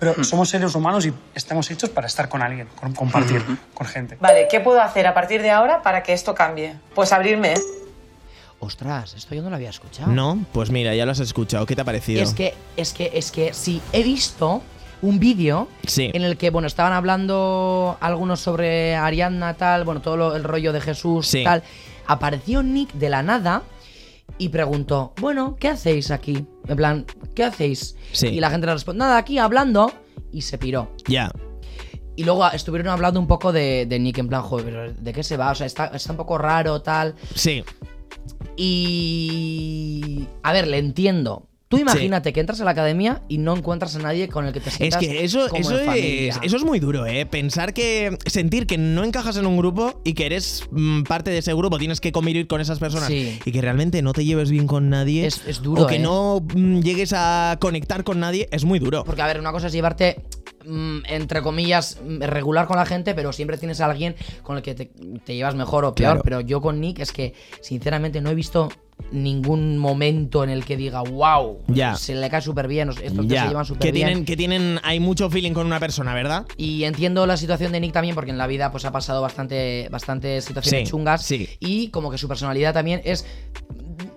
Speaker 6: Pero somos seres humanos y estamos hechos para estar con alguien, con- compartir con gente.
Speaker 7: Vale, ¿qué puedo hacer a partir de ahora para que esto cambie? Pues abrirme.
Speaker 1: Ostras, esto yo no lo había escuchado.
Speaker 2: No, pues mira, ya lo has escuchado. ¿Qué te ha parecido?
Speaker 1: Ah. Es que, es que, es que, sí, he visto un vídeo
Speaker 2: Sí.
Speaker 1: en el que, bueno, estaban hablando algunos sobre Ariadna, tal, bueno, todo lo- el rollo de Jesús,
Speaker 2: Sí.
Speaker 1: tal. Apareció Nick de la nada y preguntó, bueno, ¿qué hacéis aquí? En plan, ¿qué hacéis?
Speaker 2: Sí.
Speaker 1: Y la gente le respondió, nada, aquí hablando, y se piró.
Speaker 2: Ya.
Speaker 1: Y luego estuvieron hablando un poco de, de Nick, en plan, joder, pero ¿de qué se va? O sea, está, está un poco raro, tal.
Speaker 2: Sí.
Speaker 1: Y. A ver, le entiendo. Tú imagínate que entras a la academia y no encuentras a nadie con el que te
Speaker 2: Es
Speaker 1: sientas
Speaker 2: que eso,
Speaker 1: como
Speaker 2: eso,
Speaker 1: en familia.
Speaker 2: es, eso es muy duro, ¿eh? Pensar que. Sentir que no encajas en un grupo y que eres mm, parte de ese grupo, tienes que convivir con esas personas
Speaker 1: Sí.
Speaker 2: y que realmente no te lleves bien con nadie.
Speaker 1: Es- es duro,
Speaker 2: O que
Speaker 1: ¿eh?
Speaker 2: no mm, llegues a conectar con nadie, es muy duro.
Speaker 1: Porque, a ver, una cosa es llevarte, mm, entre comillas, mm, regular con la gente, pero siempre tienes a alguien con el que te, te llevas mejor o peor.
Speaker 2: Claro.
Speaker 1: Pero yo con Nick es que, sinceramente, no he visto ningún momento en el que diga, wow,
Speaker 2: Ya.
Speaker 1: se le cae súper bien, estos dos se
Speaker 2: ya.
Speaker 1: llevan
Speaker 2: que
Speaker 1: súper bien.
Speaker 2: tienen, que tienen. Hay mucho feeling con una persona, ¿verdad?
Speaker 1: Y entiendo la situación de Nick también, porque en la vida pues ha pasado bastante, bastante situaciones
Speaker 2: Sí,
Speaker 1: chungas.
Speaker 2: sí.
Speaker 1: Y como que su personalidad también es.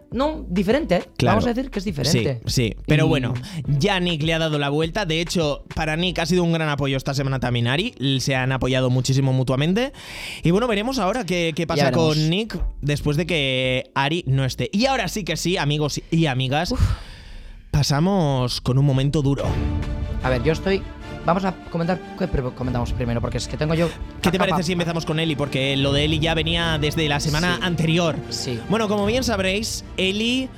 Speaker 1: No, diferente.
Speaker 2: Claro.
Speaker 1: Vamos a decir que es diferente.
Speaker 2: Sí, sí. Pero
Speaker 1: Y-
Speaker 2: bueno, ya Nick le ha dado la vuelta. De hecho, para Nick ha sido un gran apoyo esta semana también Ari. Se han apoyado muchísimo mutuamente. Y bueno, veremos ahora qué, qué pasa
Speaker 1: veremos.
Speaker 2: con Nick después de que Ari no esté. Y ahora sí que sí, amigos y amigas. Pasamos con un momento duro.
Speaker 1: A ver, yo estoy. Vamos a comentar qué pre- comentamos primero, porque es que tengo yo.
Speaker 2: ¿Qué te
Speaker 1: ah.
Speaker 2: parece si empezamos con Eli? Porque lo de Eli ya venía desde la semana
Speaker 1: Sí.
Speaker 2: anterior.
Speaker 1: Sí.
Speaker 2: Bueno, como bien sabréis, Eli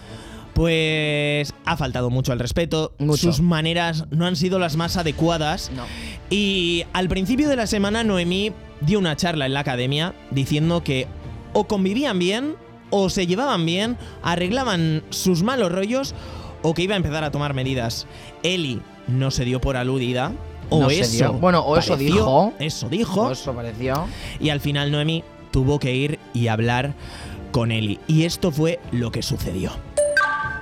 Speaker 2: pues ha faltado mucho al respeto.
Speaker 1: Mucho.
Speaker 2: Sus maneras no han sido las más adecuadas.
Speaker 1: No.
Speaker 2: Y al principio de la semana Noemí dio una charla en la academia diciendo que o convivían bien, o se llevaban bien, arreglaban sus malos rollos, o que iba a empezar a tomar medidas. Eli no se dio por aludida. O
Speaker 1: No se
Speaker 2: eso.
Speaker 1: dio. Bueno, o eso
Speaker 2: pareció,
Speaker 1: dijo.
Speaker 2: Eso dijo.
Speaker 1: Eso pareció.
Speaker 2: Y al final Noemí tuvo que ir y hablar con Eli. Y esto fue lo que sucedió.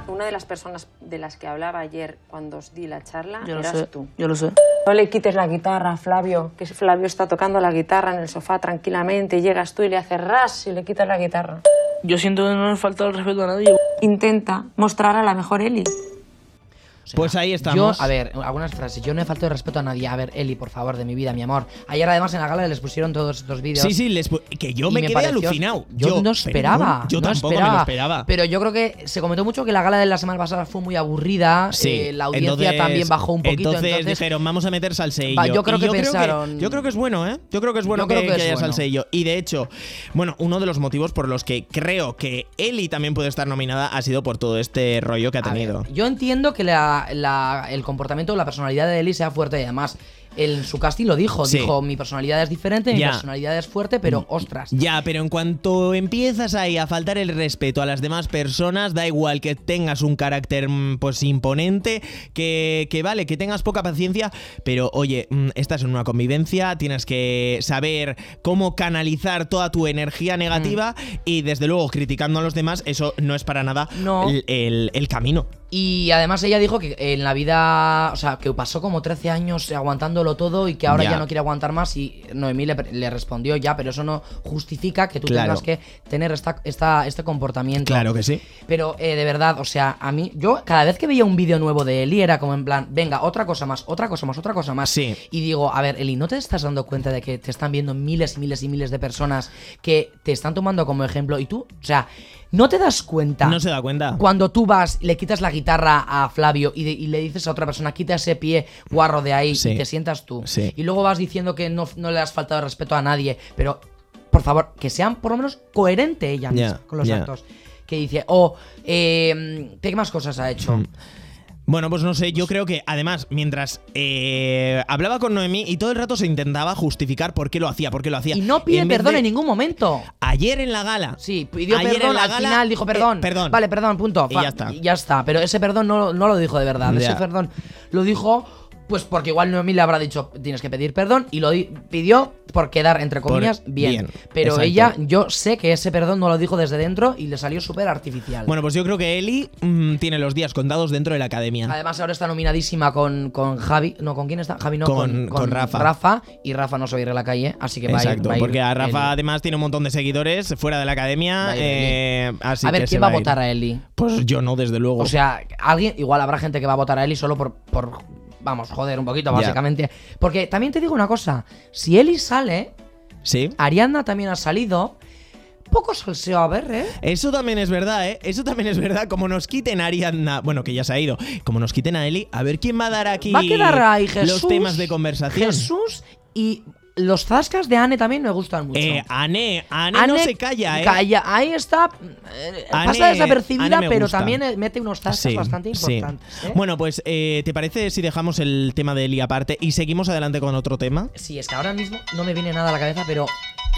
Speaker 4: Una de las personas de las que hablaba ayer cuando os di la charla
Speaker 7: Yo lo
Speaker 4: eras
Speaker 7: sé,
Speaker 4: tú.
Speaker 7: yo lo sé.
Speaker 4: No le quites la guitarra a Flavio, que Flavio está tocando la guitarra en el sofá tranquilamente, llegas tú y le haces ras y le quitas la guitarra.
Speaker 7: Yo siento que no nos falta el respeto a nadie.
Speaker 4: Intenta mostrar a la mejor Eli.
Speaker 1: O sea,
Speaker 2: Pues ahí
Speaker 1: Yo,
Speaker 2: estamos.
Speaker 1: a ver, algunas frases. Yo no he faltado de respeto a nadie. A ver, Eli, por favor, de mi vida, mi amor. Ayer además en la gala les pusieron todos estos vídeos.
Speaker 2: Sí, sí, les pu- que yo
Speaker 1: y
Speaker 2: me quedé
Speaker 1: pareció-
Speaker 2: alucinado.
Speaker 1: Yo, no
Speaker 2: pero
Speaker 1: esperaba.
Speaker 2: Yo
Speaker 1: no
Speaker 2: tampoco
Speaker 1: esperaba,
Speaker 2: me lo esperaba.
Speaker 1: Pero yo creo que se comentó mucho que la gala de la semana pasada fue muy aburrida. eh, la audiencia
Speaker 2: entonces-
Speaker 1: también bajó un poquito.
Speaker 2: Entonces,
Speaker 1: Entonces,
Speaker 2: dijeron, vamos a meter salseillo.
Speaker 1: Va, yo creo
Speaker 2: Y
Speaker 1: que pensaron-
Speaker 2: yo creo que es bueno, ¿eh? Yo creo que es bueno
Speaker 1: Yo creo
Speaker 2: que,
Speaker 1: que
Speaker 2: que
Speaker 1: es
Speaker 2: haya
Speaker 1: bueno.
Speaker 2: salseillo. Y de hecho, bueno, uno de los motivos por los que creo que Eli también puede estar nominada ha sido por todo este rollo que ha
Speaker 1: a ver,
Speaker 2: tenido.
Speaker 1: yo entiendo que la- la- el comportamiento, la personalidad de Eli sea fuerte y además. En su casting lo dijo,
Speaker 2: Sí.
Speaker 1: dijo mi personalidad es diferente, mi
Speaker 2: Ya. Mm,
Speaker 1: personalidad es fuerte, pero ostras.
Speaker 2: Ya, pero en cuanto empiezas ahí a faltar el respeto a las demás personas, da igual que tengas un carácter mm, pues imponente, que, que vale, que tengas poca paciencia, pero oye, mm, estás en una convivencia, tienes que saber cómo canalizar toda tu energía negativa y desde luego criticando a los demás, eso no es para nada
Speaker 1: No.
Speaker 2: el, el- el camino.
Speaker 1: Y además ella dijo que en la vida, o sea, que pasó como 13 años aguantándolo todo y que ahora
Speaker 2: Ya.
Speaker 1: ya, no quiere aguantar más y Noemí le, le respondió ya, pero eso no justifica que tú
Speaker 2: Claro.
Speaker 1: tengas que tener esta, esta- este comportamiento.
Speaker 2: Claro que sí.
Speaker 1: Pero eh, de verdad, o sea, a mí, yo cada vez que veía un vídeo nuevo de Eli era como en plan, venga, otra cosa más, otra cosa más, otra cosa más.
Speaker 2: Sí.
Speaker 1: Y digo, a ver, Eli, ¿no te estás dando cuenta de que te están viendo miles y miles y miles de personas que te están tomando como ejemplo y tú, o sea, no te das cuenta
Speaker 2: No se da cuenta.
Speaker 1: cuando tú vas, le quitas la guitarra a Flavio y, de- y le dices a otra persona, quita ese pie guarro de ahí
Speaker 2: Sí.
Speaker 1: y te sientas tú.
Speaker 2: Sí.
Speaker 1: Y luego vas diciendo que no, no le has faltado respeto a nadie, pero por favor, que sean por lo menos coherente ella
Speaker 2: Ya,
Speaker 1: misma con los
Speaker 2: ya.
Speaker 1: actos. Que dice, oh, eh, ¿qué más cosas ha
Speaker 2: Mm.
Speaker 1: hecho?
Speaker 2: Bueno, pues no sé, yo creo que además, mientras eh, hablaba con Noemí y todo el rato se intentaba justificar por qué lo hacía, por qué lo hacía.
Speaker 1: Y no pide
Speaker 2: En vez
Speaker 1: perdón
Speaker 2: de-
Speaker 1: en ningún momento.
Speaker 2: Ayer en la gala.
Speaker 1: Sí, pidió
Speaker 2: Ayer en
Speaker 1: perdón
Speaker 2: la
Speaker 1: al
Speaker 2: gala,
Speaker 1: final, dijo
Speaker 2: eh,
Speaker 1: perdón.
Speaker 2: perdón.
Speaker 1: Vale, perdón, punto.
Speaker 2: Y
Speaker 1: Fa-
Speaker 2: ya está.
Speaker 1: Ya está, pero ese perdón no, no lo dijo de verdad. Ese
Speaker 2: Ya.
Speaker 1: perdón lo dijo, pues porque igual Noemí le habrá dicho, tienes que pedir perdón, y lo di- pidió por quedar, entre
Speaker 2: Por-
Speaker 1: comillas, bien.
Speaker 2: bien,
Speaker 1: Pero
Speaker 2: exacto.
Speaker 1: ella, yo sé que ese perdón no lo dijo desde dentro y le salió súper artificial.
Speaker 2: Bueno, pues yo creo que Eli mm, tiene los días contados dentro de la academia.
Speaker 1: Además, ahora está nominadísima con, con Javi. No, ¿con quién está? Javi no,
Speaker 2: Con-
Speaker 1: con,
Speaker 2: con Rafa.
Speaker 1: Y Rafa no se va a ir a la calle, así que va a ir-
Speaker 2: Exacto,
Speaker 1: va a ir
Speaker 2: porque a Rafa
Speaker 1: él.
Speaker 2: además tiene un montón de seguidores fuera de la academia.
Speaker 1: Va a ir Eli.
Speaker 2: eh, así
Speaker 1: A ver,
Speaker 2: que
Speaker 1: ¿quién
Speaker 2: se
Speaker 1: va a
Speaker 2: ir.
Speaker 1: votar a Eli?
Speaker 2: Pues yo no, desde luego.
Speaker 1: O sea, alguien, igual habrá gente que va a votar a Eli solo por, por vamos, joder un poquito,
Speaker 2: Ya.
Speaker 1: básicamente. Porque también te digo una cosa, si Eli sale,
Speaker 2: sí.
Speaker 1: Ariadna también ha salido, poco salseo a ver, ¿eh?
Speaker 2: Eso también es verdad, ¿eh? Eso también es verdad. Como nos quiten a Ariadna, bueno, que ya se ha ido, como nos quiten a Eli, a ver quién va a dar aquí
Speaker 1: Va a quedar ahí Jesús.
Speaker 2: los temas de conversación.
Speaker 1: Jesús y los zascas de Anne también me gustan mucho.
Speaker 2: Eh, Ane, Ane, no
Speaker 1: Anne
Speaker 2: se calla, ¿eh?
Speaker 1: calla. ahí está. eh,
Speaker 2: Anne-
Speaker 1: pasa desapercibida,
Speaker 2: Anne me
Speaker 1: pero
Speaker 2: gusta.
Speaker 1: también eh, mete unos tascas bastante importantes. ¿eh?
Speaker 2: Bueno, pues, eh, ¿te parece si dejamos el tema de Eli aparte y seguimos adelante con otro tema?
Speaker 1: Sí, es que ahora mismo no me viene nada a la cabeza, pero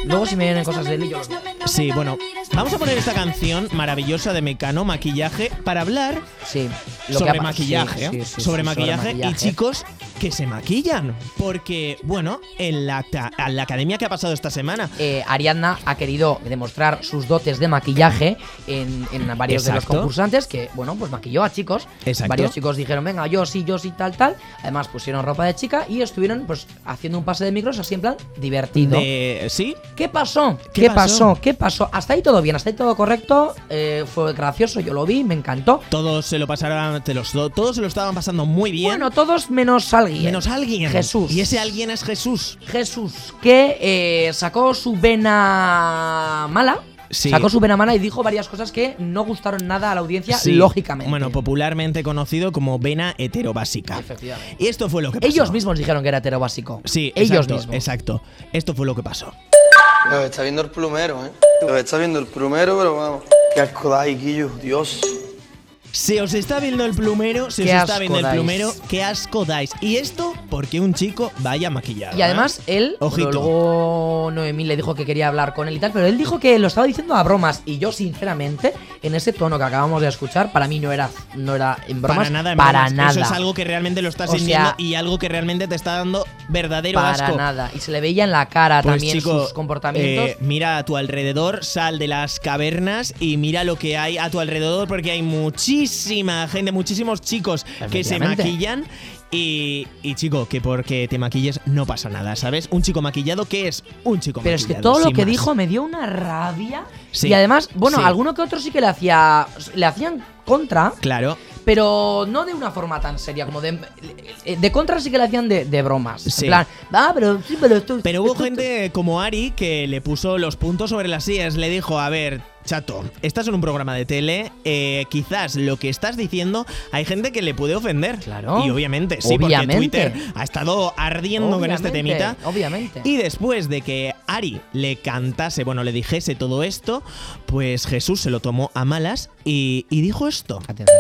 Speaker 1: luego si me vienen cosas de Eli, yo los veo.
Speaker 2: Sí, bueno, vamos a poner esta canción maravillosa de Mecano, Maquillaje, para hablar
Speaker 1: Sí.
Speaker 2: sobre,
Speaker 1: ha pa-
Speaker 2: maquillaje,
Speaker 1: sí,
Speaker 2: ¿eh?
Speaker 1: sí, sí, sí,
Speaker 2: sobre maquillaje. y
Speaker 1: maquillaje.
Speaker 2: chicos que se maquillan. Porque, bueno, en la, ca- a la academia que ha pasado esta semana.
Speaker 1: Eh, Ariadna ha querido demostrar sus dotes de maquillaje en, en varios de los
Speaker 2: Exacto.
Speaker 1: concursantes que, bueno, pues maquilló a chicos.
Speaker 2: Exacto.
Speaker 1: Varios chicos dijeron, venga, yo sí, yo sí, tal, tal. Además pusieron ropa de chica y estuvieron pues haciendo un pase de micros así en plan divertido.
Speaker 2: de- sí,
Speaker 1: ¿Qué pasó?
Speaker 2: ¿Qué
Speaker 1: ¿Qué,
Speaker 2: pasó?
Speaker 1: pasó? ¿Qué pasó? Hasta ahí todo bien, hasta ahí todo correcto. eh, fue gracioso, yo lo vi, me encantó.
Speaker 2: todos se lo pasaron, te los- todos se lo estaban pasando muy bien.
Speaker 1: Bueno, todos menos alguien.
Speaker 2: menos alguien.
Speaker 1: Jesús.
Speaker 2: Y ese alguien es Jesús.
Speaker 1: Jesús, que eh, sacó su vena mala.
Speaker 2: Sí.
Speaker 1: Sacó su vena mala y dijo varias cosas que no gustaron nada a la audiencia,
Speaker 2: Sí.
Speaker 1: lógicamente.
Speaker 2: Bueno, pues, popularmente conocido como vena heterobásica.
Speaker 1: Efectivamente.
Speaker 2: Y esto fue lo que pasó.
Speaker 1: Ellos mismos dijeron que era hetero básico.
Speaker 2: Sí,
Speaker 1: ellos
Speaker 2: exacto,
Speaker 1: mismos.
Speaker 2: Exacto. Esto fue lo que pasó.
Speaker 8: Los está viendo el plumero, ¿eh? Los está viendo el plumero, pero vamos. Qué asco da, Guillo, Dios.
Speaker 2: Se os está viendo el plumero, se os
Speaker 1: Qué
Speaker 2: está
Speaker 1: asco
Speaker 2: viendo el
Speaker 1: dais.
Speaker 2: plumero, qué asco dais. Y esto porque un chico vaya maquillado.
Speaker 1: Y además
Speaker 2: ¿eh?
Speaker 1: él,
Speaker 2: Ojito.
Speaker 1: pero luego Noemí le dijo que quería hablar con él y tal, pero él dijo que lo estaba diciendo a bromas y yo sinceramente, en ese tono que acabamos de escuchar, para mí no era, no era en bromas,
Speaker 2: para nada, en
Speaker 1: para
Speaker 2: bromas.
Speaker 1: nada.
Speaker 2: Eso es algo que realmente lo estás
Speaker 1: O sea,
Speaker 2: sintiendo y algo que realmente te está dando verdadero
Speaker 1: para
Speaker 2: asco.
Speaker 1: nada. Y se le veía en la cara
Speaker 2: Pues,
Speaker 1: también
Speaker 2: chico,
Speaker 1: sus comportamientos.
Speaker 2: eh, mira a tu alrededor, sal de las cavernas y mira lo que hay a tu alrededor porque hay muchísima gente, muchísimos chicos que se
Speaker 1: Efectivamente.
Speaker 2: maquillan. Y, y, chico, que porque te maquilles no pasa nada, ¿sabes? Un chico maquillado, ¿qué es? Un chico
Speaker 1: Pero
Speaker 2: maquillado.
Speaker 1: es que todo lo
Speaker 2: sin
Speaker 1: que
Speaker 2: más.
Speaker 1: dijo me dio una rabia.
Speaker 2: Sí,
Speaker 1: Y además, bueno,
Speaker 2: sí.
Speaker 1: alguno que otro sí que le hacía. Le hacían contra.
Speaker 2: Claro.
Speaker 1: pero no de una forma tan seria, como de. De contra sí que le hacían de, de bromas.
Speaker 2: Sí.
Speaker 1: En plan, ah, pero sí, pero esto.
Speaker 2: Pero hubo
Speaker 1: esto-
Speaker 2: gente como Ari que le puso los puntos sobre las sillas. Le dijo, a ver, chato, estás en un programa de tele. eh, quizás lo que estás diciendo hay gente que le puede ofender.
Speaker 1: Claro.
Speaker 2: Y obviamente, sí,
Speaker 1: Obviamente.
Speaker 2: porque Twitter ha estado ardiendo con este
Speaker 1: Obviamente,
Speaker 2: temita.
Speaker 1: Obviamente.
Speaker 2: Y después de que Ari le cantase, bueno, le dijese todo esto, pues Jesús se lo tomó a malas y, y dijo esto.
Speaker 1: Atención.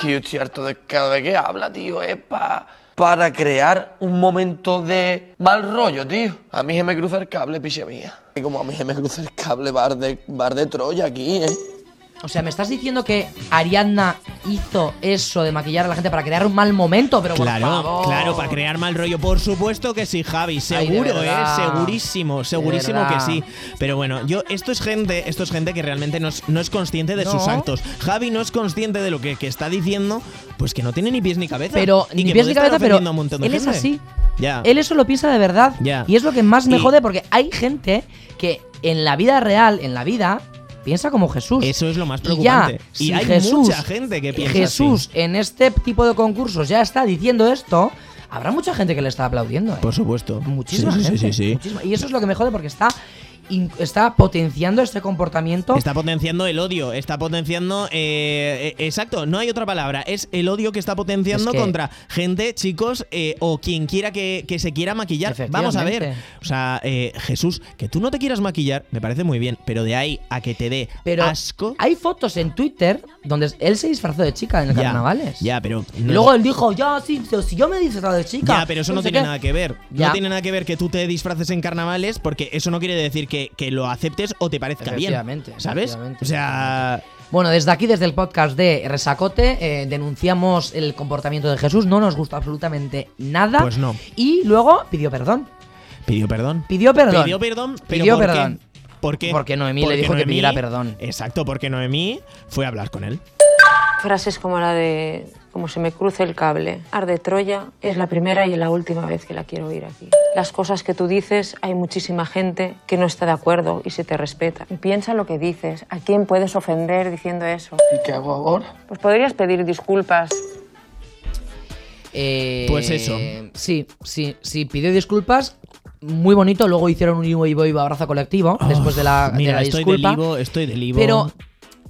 Speaker 8: que yo estoy harto de cada vez que habla, tío, es pa- para crear un momento de mal rollo, tío. A mí se me cruza el cable, piche mía. Y como a mí se me cruza el cable, bar de, bar de Troya aquí, ¿eh?
Speaker 1: O sea, me estás diciendo que Ariadna hizo eso de maquillar a la gente para crear un mal momento, pero
Speaker 2: Claro,
Speaker 1: por favor.
Speaker 2: claro, para crear mal rollo. Por supuesto que sí, Javi,
Speaker 1: Ay, de
Speaker 2: seguro, ¿eh?
Speaker 1: verdad.
Speaker 2: Segurísimo, segurísimo
Speaker 1: verdad.
Speaker 2: que sí. Pero bueno, yo, esto es gente, esto es gente que realmente no es, no es consciente de
Speaker 1: No.
Speaker 2: sus actos. Javi no es consciente de lo que, que está diciendo, pues que no tiene ni pies ni cabeza.
Speaker 1: Pero
Speaker 2: Y
Speaker 1: ni
Speaker 2: que
Speaker 1: pies
Speaker 2: puede
Speaker 1: ni
Speaker 2: estar
Speaker 1: cabeza, pero
Speaker 2: ofendiendo a un montón de
Speaker 1: él es
Speaker 2: gente.
Speaker 1: así.
Speaker 2: Ya.
Speaker 1: Él eso lo piensa de verdad.
Speaker 2: Ya.
Speaker 1: Y es lo que más me
Speaker 2: Y-
Speaker 1: jode porque hay gente que en la vida real, en la vida, piensa como Jesús.
Speaker 2: Eso es lo más
Speaker 1: Y ya,
Speaker 2: preocupante. Y,
Speaker 1: si
Speaker 2: hay
Speaker 1: Jesús-
Speaker 2: mucha gente que piensa
Speaker 1: Jesús
Speaker 2: así.
Speaker 1: en este tipo de concursos ya está diciendo esto, habrá mucha gente que le está aplaudiendo. ¿eh?
Speaker 2: Por supuesto.
Speaker 1: Muchísima
Speaker 2: Pues, Sí, sí, sí,
Speaker 1: gente.
Speaker 2: sí, sí.
Speaker 1: muchísima. Y eso es lo que me jode porque está, in- está potenciando este comportamiento.
Speaker 2: Está potenciando el odio, está potenciando... eh, eh, exacto, no hay otra palabra. Es el odio que está potenciando
Speaker 1: Es que-
Speaker 2: contra gente, chicos, eh, o quien quiera que, que se quiera maquillar. Vamos a ver.
Speaker 1: Efectivamente.
Speaker 2: O sea, eh, Jesús, que tú no te quieras maquillar, me parece muy bien, pero de ahí a que te dé
Speaker 1: Pero
Speaker 2: asco...
Speaker 1: hay fotos en Twitter donde él se disfrazó de chica en el
Speaker 2: ya,
Speaker 1: carnavales.
Speaker 2: Ya, pero...
Speaker 1: Y
Speaker 2: no-
Speaker 1: Luego él dijo, ya, sí, pero si yo me he disfrazado de chica.
Speaker 2: Ya, pero eso no
Speaker 1: sé
Speaker 2: tiene
Speaker 1: qué".
Speaker 2: nada que ver.
Speaker 1: Ya.
Speaker 2: No tiene nada que ver que tú te disfraces en carnavales porque eso no quiere decir que, que lo aceptes o te parezca bien.
Speaker 1: Efectivamente,
Speaker 2: ¿Sabes?
Speaker 1: efectivamente,
Speaker 2: O sea,
Speaker 1: Bueno, desde aquí, desde el podcast de Resacote, eh, denunciamos el comportamiento de Jesús. No nos gustó absolutamente nada.
Speaker 2: Pues no.
Speaker 1: Y luego pidió perdón.
Speaker 2: pidió perdón.
Speaker 1: Pidió perdón.
Speaker 2: Pidió perdón, pero
Speaker 1: Pidió
Speaker 2: ¿por qué?
Speaker 1: perdón.
Speaker 2: ¿Por qué?
Speaker 1: Porque Noemí le dijo que pidiera perdón.
Speaker 2: Exacto, porque Noemí fue a hablar con él.
Speaker 4: Frases como la de como se me cruce el cable. Arde Troya es la primera y la última vez que la quiero oír aquí. Las cosas que tú dices, hay muchísima gente que no está de acuerdo y se te respeta. Y piensa lo que dices, a quién puedes ofender diciendo eso.
Speaker 6: ¿Y qué hago ahora?
Speaker 4: Pues podrías pedir disculpas.
Speaker 1: Eh,
Speaker 2: Pues eso.
Speaker 1: Sí, sí, sí, pidió disculpas. Muy bonito. Luego hicieron un Ivo Ivo Ivo abrazo colectivo después de la, de
Speaker 2: Ah, Mira,
Speaker 1: la
Speaker 2: estoy
Speaker 1: disculpa.
Speaker 2: del Ivo, estoy del Ivo.
Speaker 1: Pero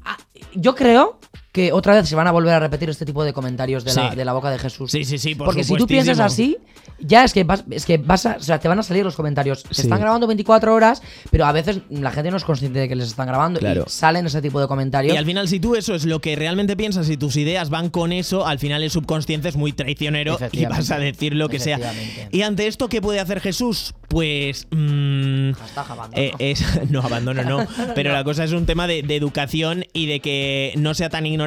Speaker 1: ah, yo creo que otra vez se van a volver a repetir este tipo de comentarios de, la,
Speaker 2: Sí.
Speaker 1: de la boca de Jesús.
Speaker 2: Sí, sí, sí, por
Speaker 1: Porque si tú
Speaker 2: supuestísimo.
Speaker 1: piensas así, ya es que vas, es que vas a, o sea, te van a salir los comentarios. Se
Speaker 2: Sí.
Speaker 1: están grabando 24 horas, pero a veces la gente no es consciente de que les están grabando
Speaker 2: Claro.
Speaker 1: y salen ese tipo de comentarios.
Speaker 2: Y al final, si tú eso es lo que realmente piensas y tus ideas van con eso, al final el subconsciente es muy traicionero y
Speaker 1: Efectivamente.
Speaker 2: vas a decir lo que sea.
Speaker 1: Efectivamente.
Speaker 2: Y ante esto, ¿qué puede hacer Jesús? Pues. mm,
Speaker 1: Hashtag abandono.
Speaker 2: eh, es- no, abandono no. Pero la cosa es un tema de, de educación y de que no sea tan ignorante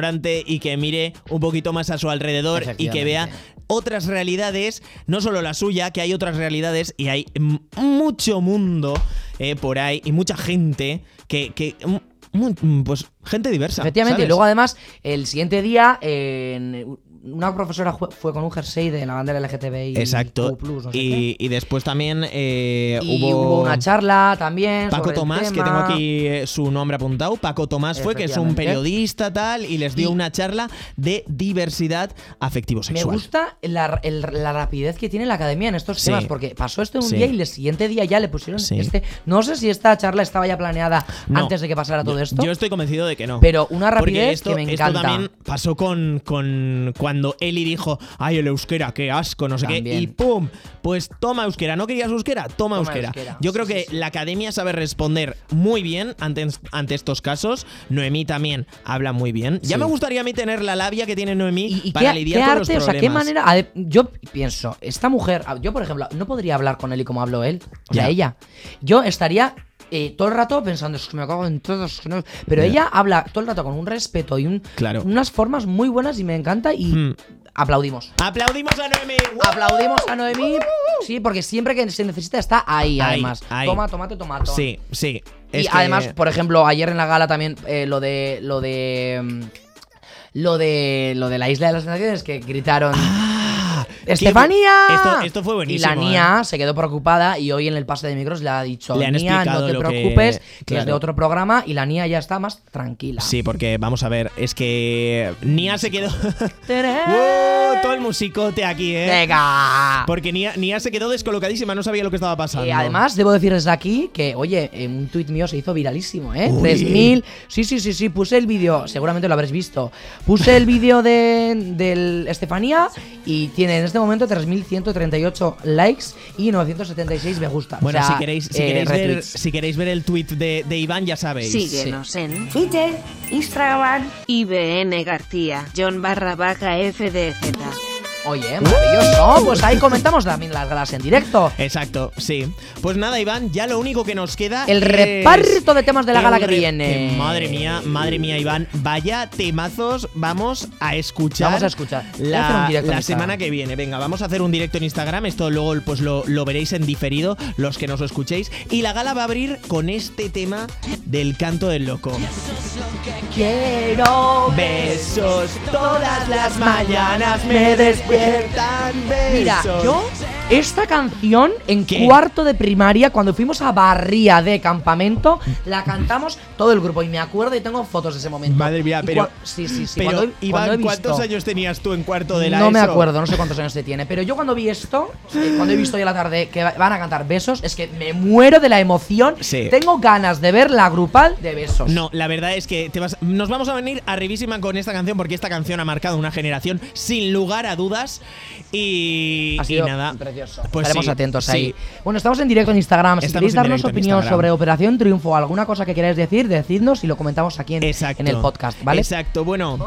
Speaker 2: y que mire un poquito más a su alrededor y que vea otras realidades, no solo la suya, que hay otras realidades y hay m- mucho mundo eh, por ahí y mucha gente que. que m- mu- pues gente diversa.
Speaker 1: Efectivamente,
Speaker 2: ¿sabes?
Speaker 1: y luego además, el siguiente día, eh, en- una profesora ju- fue con un jersey de la bandera LGTBI.
Speaker 2: Exacto.
Speaker 1: Plus, no sé qué.
Speaker 2: y, y después también eh,
Speaker 1: Y hubo... una charla también.
Speaker 2: Paco
Speaker 1: sobre el
Speaker 2: Tomás, que
Speaker 1: tema.
Speaker 2: tengo aquí eh, su nombre apuntado. Paco Tomás fue, que es un
Speaker 1: Efectivamente.
Speaker 2: periodista tal, y les dio
Speaker 1: Y-
Speaker 2: una charla de diversidad
Speaker 1: Me
Speaker 2: afectivo-sexual.
Speaker 1: gusta la, el- la rapidez que tiene la academia en estos
Speaker 2: Sí.
Speaker 1: temas, porque pasó esto en un
Speaker 2: Sí.
Speaker 1: día y el siguiente día ya le pusieron
Speaker 2: Sí.
Speaker 1: este. No sé si esta charla estaba ya planeada
Speaker 2: No.
Speaker 1: antes de que pasara todo
Speaker 2: Yo-
Speaker 1: esto.
Speaker 2: Yo estoy convencido de que no.
Speaker 1: Pero una
Speaker 2: Porque
Speaker 1: rapidez
Speaker 2: esto,
Speaker 1: que me encanta.
Speaker 2: Esto también pasó con, con cuando Eli dijo, ay, el euskera, qué asco, no sé qué.
Speaker 1: También.
Speaker 2: Y pum, pues toma euskera. ¿No querías euskera? Toma,
Speaker 1: Toma
Speaker 2: euskera.
Speaker 1: euskera.
Speaker 2: Yo creo
Speaker 1: Sí,
Speaker 2: que
Speaker 1: sí, sí.
Speaker 2: la academia sabe responder muy bien ante, ante estos casos. Noemí también habla muy bien. Ya
Speaker 1: Sí.
Speaker 2: me gustaría a mí tener la labia que tiene Noemí
Speaker 1: y, y
Speaker 2: para
Speaker 1: qué,
Speaker 2: lidiar
Speaker 1: qué
Speaker 2: con
Speaker 1: arte,
Speaker 2: los
Speaker 1: o sea, qué
Speaker 2: problemas.
Speaker 1: manera. a ver, yo pienso, esta mujer, a- yo por ejemplo, no podría hablar con él y como habló él, o sea,
Speaker 2: Ya.
Speaker 1: ella. Yo estaría eh, todo el rato pensando, es que me cago en todos. que no-". Pero
Speaker 2: Ya.
Speaker 1: ella habla todo el rato con un respeto y un,
Speaker 2: Claro.
Speaker 1: unas formas muy buenas y me encanta y
Speaker 2: Mm.
Speaker 1: aplaudimos.
Speaker 2: Aplaudimos a Noemí. ¡Guau!
Speaker 1: Aplaudimos a Noemí. Sí, porque siempre que se necesita está ahí,
Speaker 2: Ahí,
Speaker 1: además.
Speaker 2: ahí.
Speaker 1: Toma, tomate, tomato.
Speaker 2: Sí, sí.
Speaker 1: Y
Speaker 2: Es que-
Speaker 1: además, por ejemplo, ayer en la gala también eh, lo de. lo de. mm, Lo de. Lo de la isla de las naciones que gritaron. ¡Estefanía!
Speaker 2: Ah, esto- esto fue buenísimo, ¿eh?
Speaker 1: Y la Nia se quedó preocupada y hoy en el pase de micros le ha dicho:
Speaker 2: Le han
Speaker 1: Nia, no
Speaker 2: explicado
Speaker 1: te
Speaker 2: lo que-
Speaker 1: preocupes, que, es de
Speaker 2: claro.
Speaker 1: otro programa. Y la Nia ya está más tranquila.
Speaker 2: Sí, porque vamos a ver, es que Nia se quedó.
Speaker 1: Teré.
Speaker 2: ¡Wow! Todo el musicote aquí, ¿eh?
Speaker 1: ¡Venga!
Speaker 2: Porque Nia, Nia se quedó descolocadísima, no sabía lo que estaba pasando.
Speaker 1: Eh, además, debo decirles aquí que, oye, eh, un tuit mío se hizo viralísimo, ¿eh?
Speaker 2: Uy.
Speaker 1: 3000. Sí, sí, sí, sí, puse el vídeo, seguramente lo habréis visto. Puse el vídeo de, del Estefanía y tiene en este momento 3138 likes y 976 me gusta.
Speaker 2: Bueno,
Speaker 1: o sea,
Speaker 2: si, queréis, si,
Speaker 1: eh,
Speaker 2: queréis ver,
Speaker 1: retweets.
Speaker 2: si queréis ver el tweet de, de Iván, ya sabéis.
Speaker 3: Síguenos en
Speaker 9: Twitter, Instagram.
Speaker 3: IBN García, John barra baja FDZ.
Speaker 1: Oye, maravilloso. Pues ahí comentamos también las galas en directo.
Speaker 2: Exacto, sí. Pues nada, Iván, ya lo único que nos queda
Speaker 1: El
Speaker 2: es-
Speaker 1: reparto de temas de la
Speaker 2: el
Speaker 1: gala que
Speaker 2: re-
Speaker 1: viene.
Speaker 2: madre mía, madre mía, Iván, vaya temazos vamos a escuchar.
Speaker 1: Vamos a escuchar. Voy a
Speaker 2: La,
Speaker 1: hacer un directo
Speaker 2: la
Speaker 1: en Instagram.
Speaker 2: semana que viene. Venga, vamos a hacer un directo en Instagram. Esto luego pues lo, lo veréis en diferido los que nos lo escuchéis y la gala va a abrir con este tema del canto del loco.
Speaker 1: Quiero
Speaker 2: Besos todas las mañanas me despiertan besos.
Speaker 1: Mira, yo esta canción en
Speaker 2: ¿Qué?
Speaker 1: cuarto de primaria, cuando fuimos a Barría de campamento, la cantamos todo el grupo y me acuerdo y tengo fotos de ese momento.
Speaker 2: Madre mía,
Speaker 1: Y
Speaker 2: pero-
Speaker 1: cua- Sí, sí, sí.
Speaker 2: Pero,
Speaker 1: cuando, he-
Speaker 2: Iván,
Speaker 1: cuando he visto-
Speaker 2: ¿cuántos años tenías tú en cuarto de la
Speaker 1: No me
Speaker 2: ESO?
Speaker 1: acuerdo, no sé cuántos años se tiene, pero yo cuando vi esto, eh, cuando he visto ya la tarde que va- van a cantar besos, es que me muero de la emoción.
Speaker 2: Sí.
Speaker 1: Tengo ganas de ver la grupal de besos.
Speaker 2: No, la verdad es que te vas- nos vamos a venir arribísima con esta canción porque esta canción ha marcado una generación sin lugar a dudas y,
Speaker 1: Ha
Speaker 2: y
Speaker 1: sido
Speaker 2: nada.
Speaker 1: precioso.
Speaker 2: Pues
Speaker 1: Estaremos
Speaker 2: sí,
Speaker 1: atentos
Speaker 2: sí.
Speaker 1: ahí. Bueno, estamos en directo en Instagram. Si
Speaker 2: Estamos
Speaker 1: queréis
Speaker 2: en
Speaker 1: darnos
Speaker 2: directo en
Speaker 1: opinión
Speaker 2: Instagram.
Speaker 1: sobre Operación Triunfo o alguna cosa que queráis decir, decidnos y lo comentamos aquí en,
Speaker 2: Exacto.
Speaker 1: en el podcast, ¿vale?
Speaker 2: Exacto. Bueno,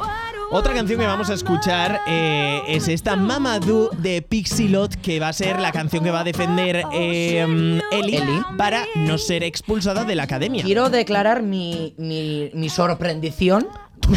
Speaker 2: otra canción que vamos a escuchar eh, es esta Mamadou de Pixilot, que va a ser la canción que va a defender eh, Eli,
Speaker 1: Eli.
Speaker 2: para no ser expulsada de la academia.
Speaker 1: Quiero declarar mi, mi, mi sorprendición.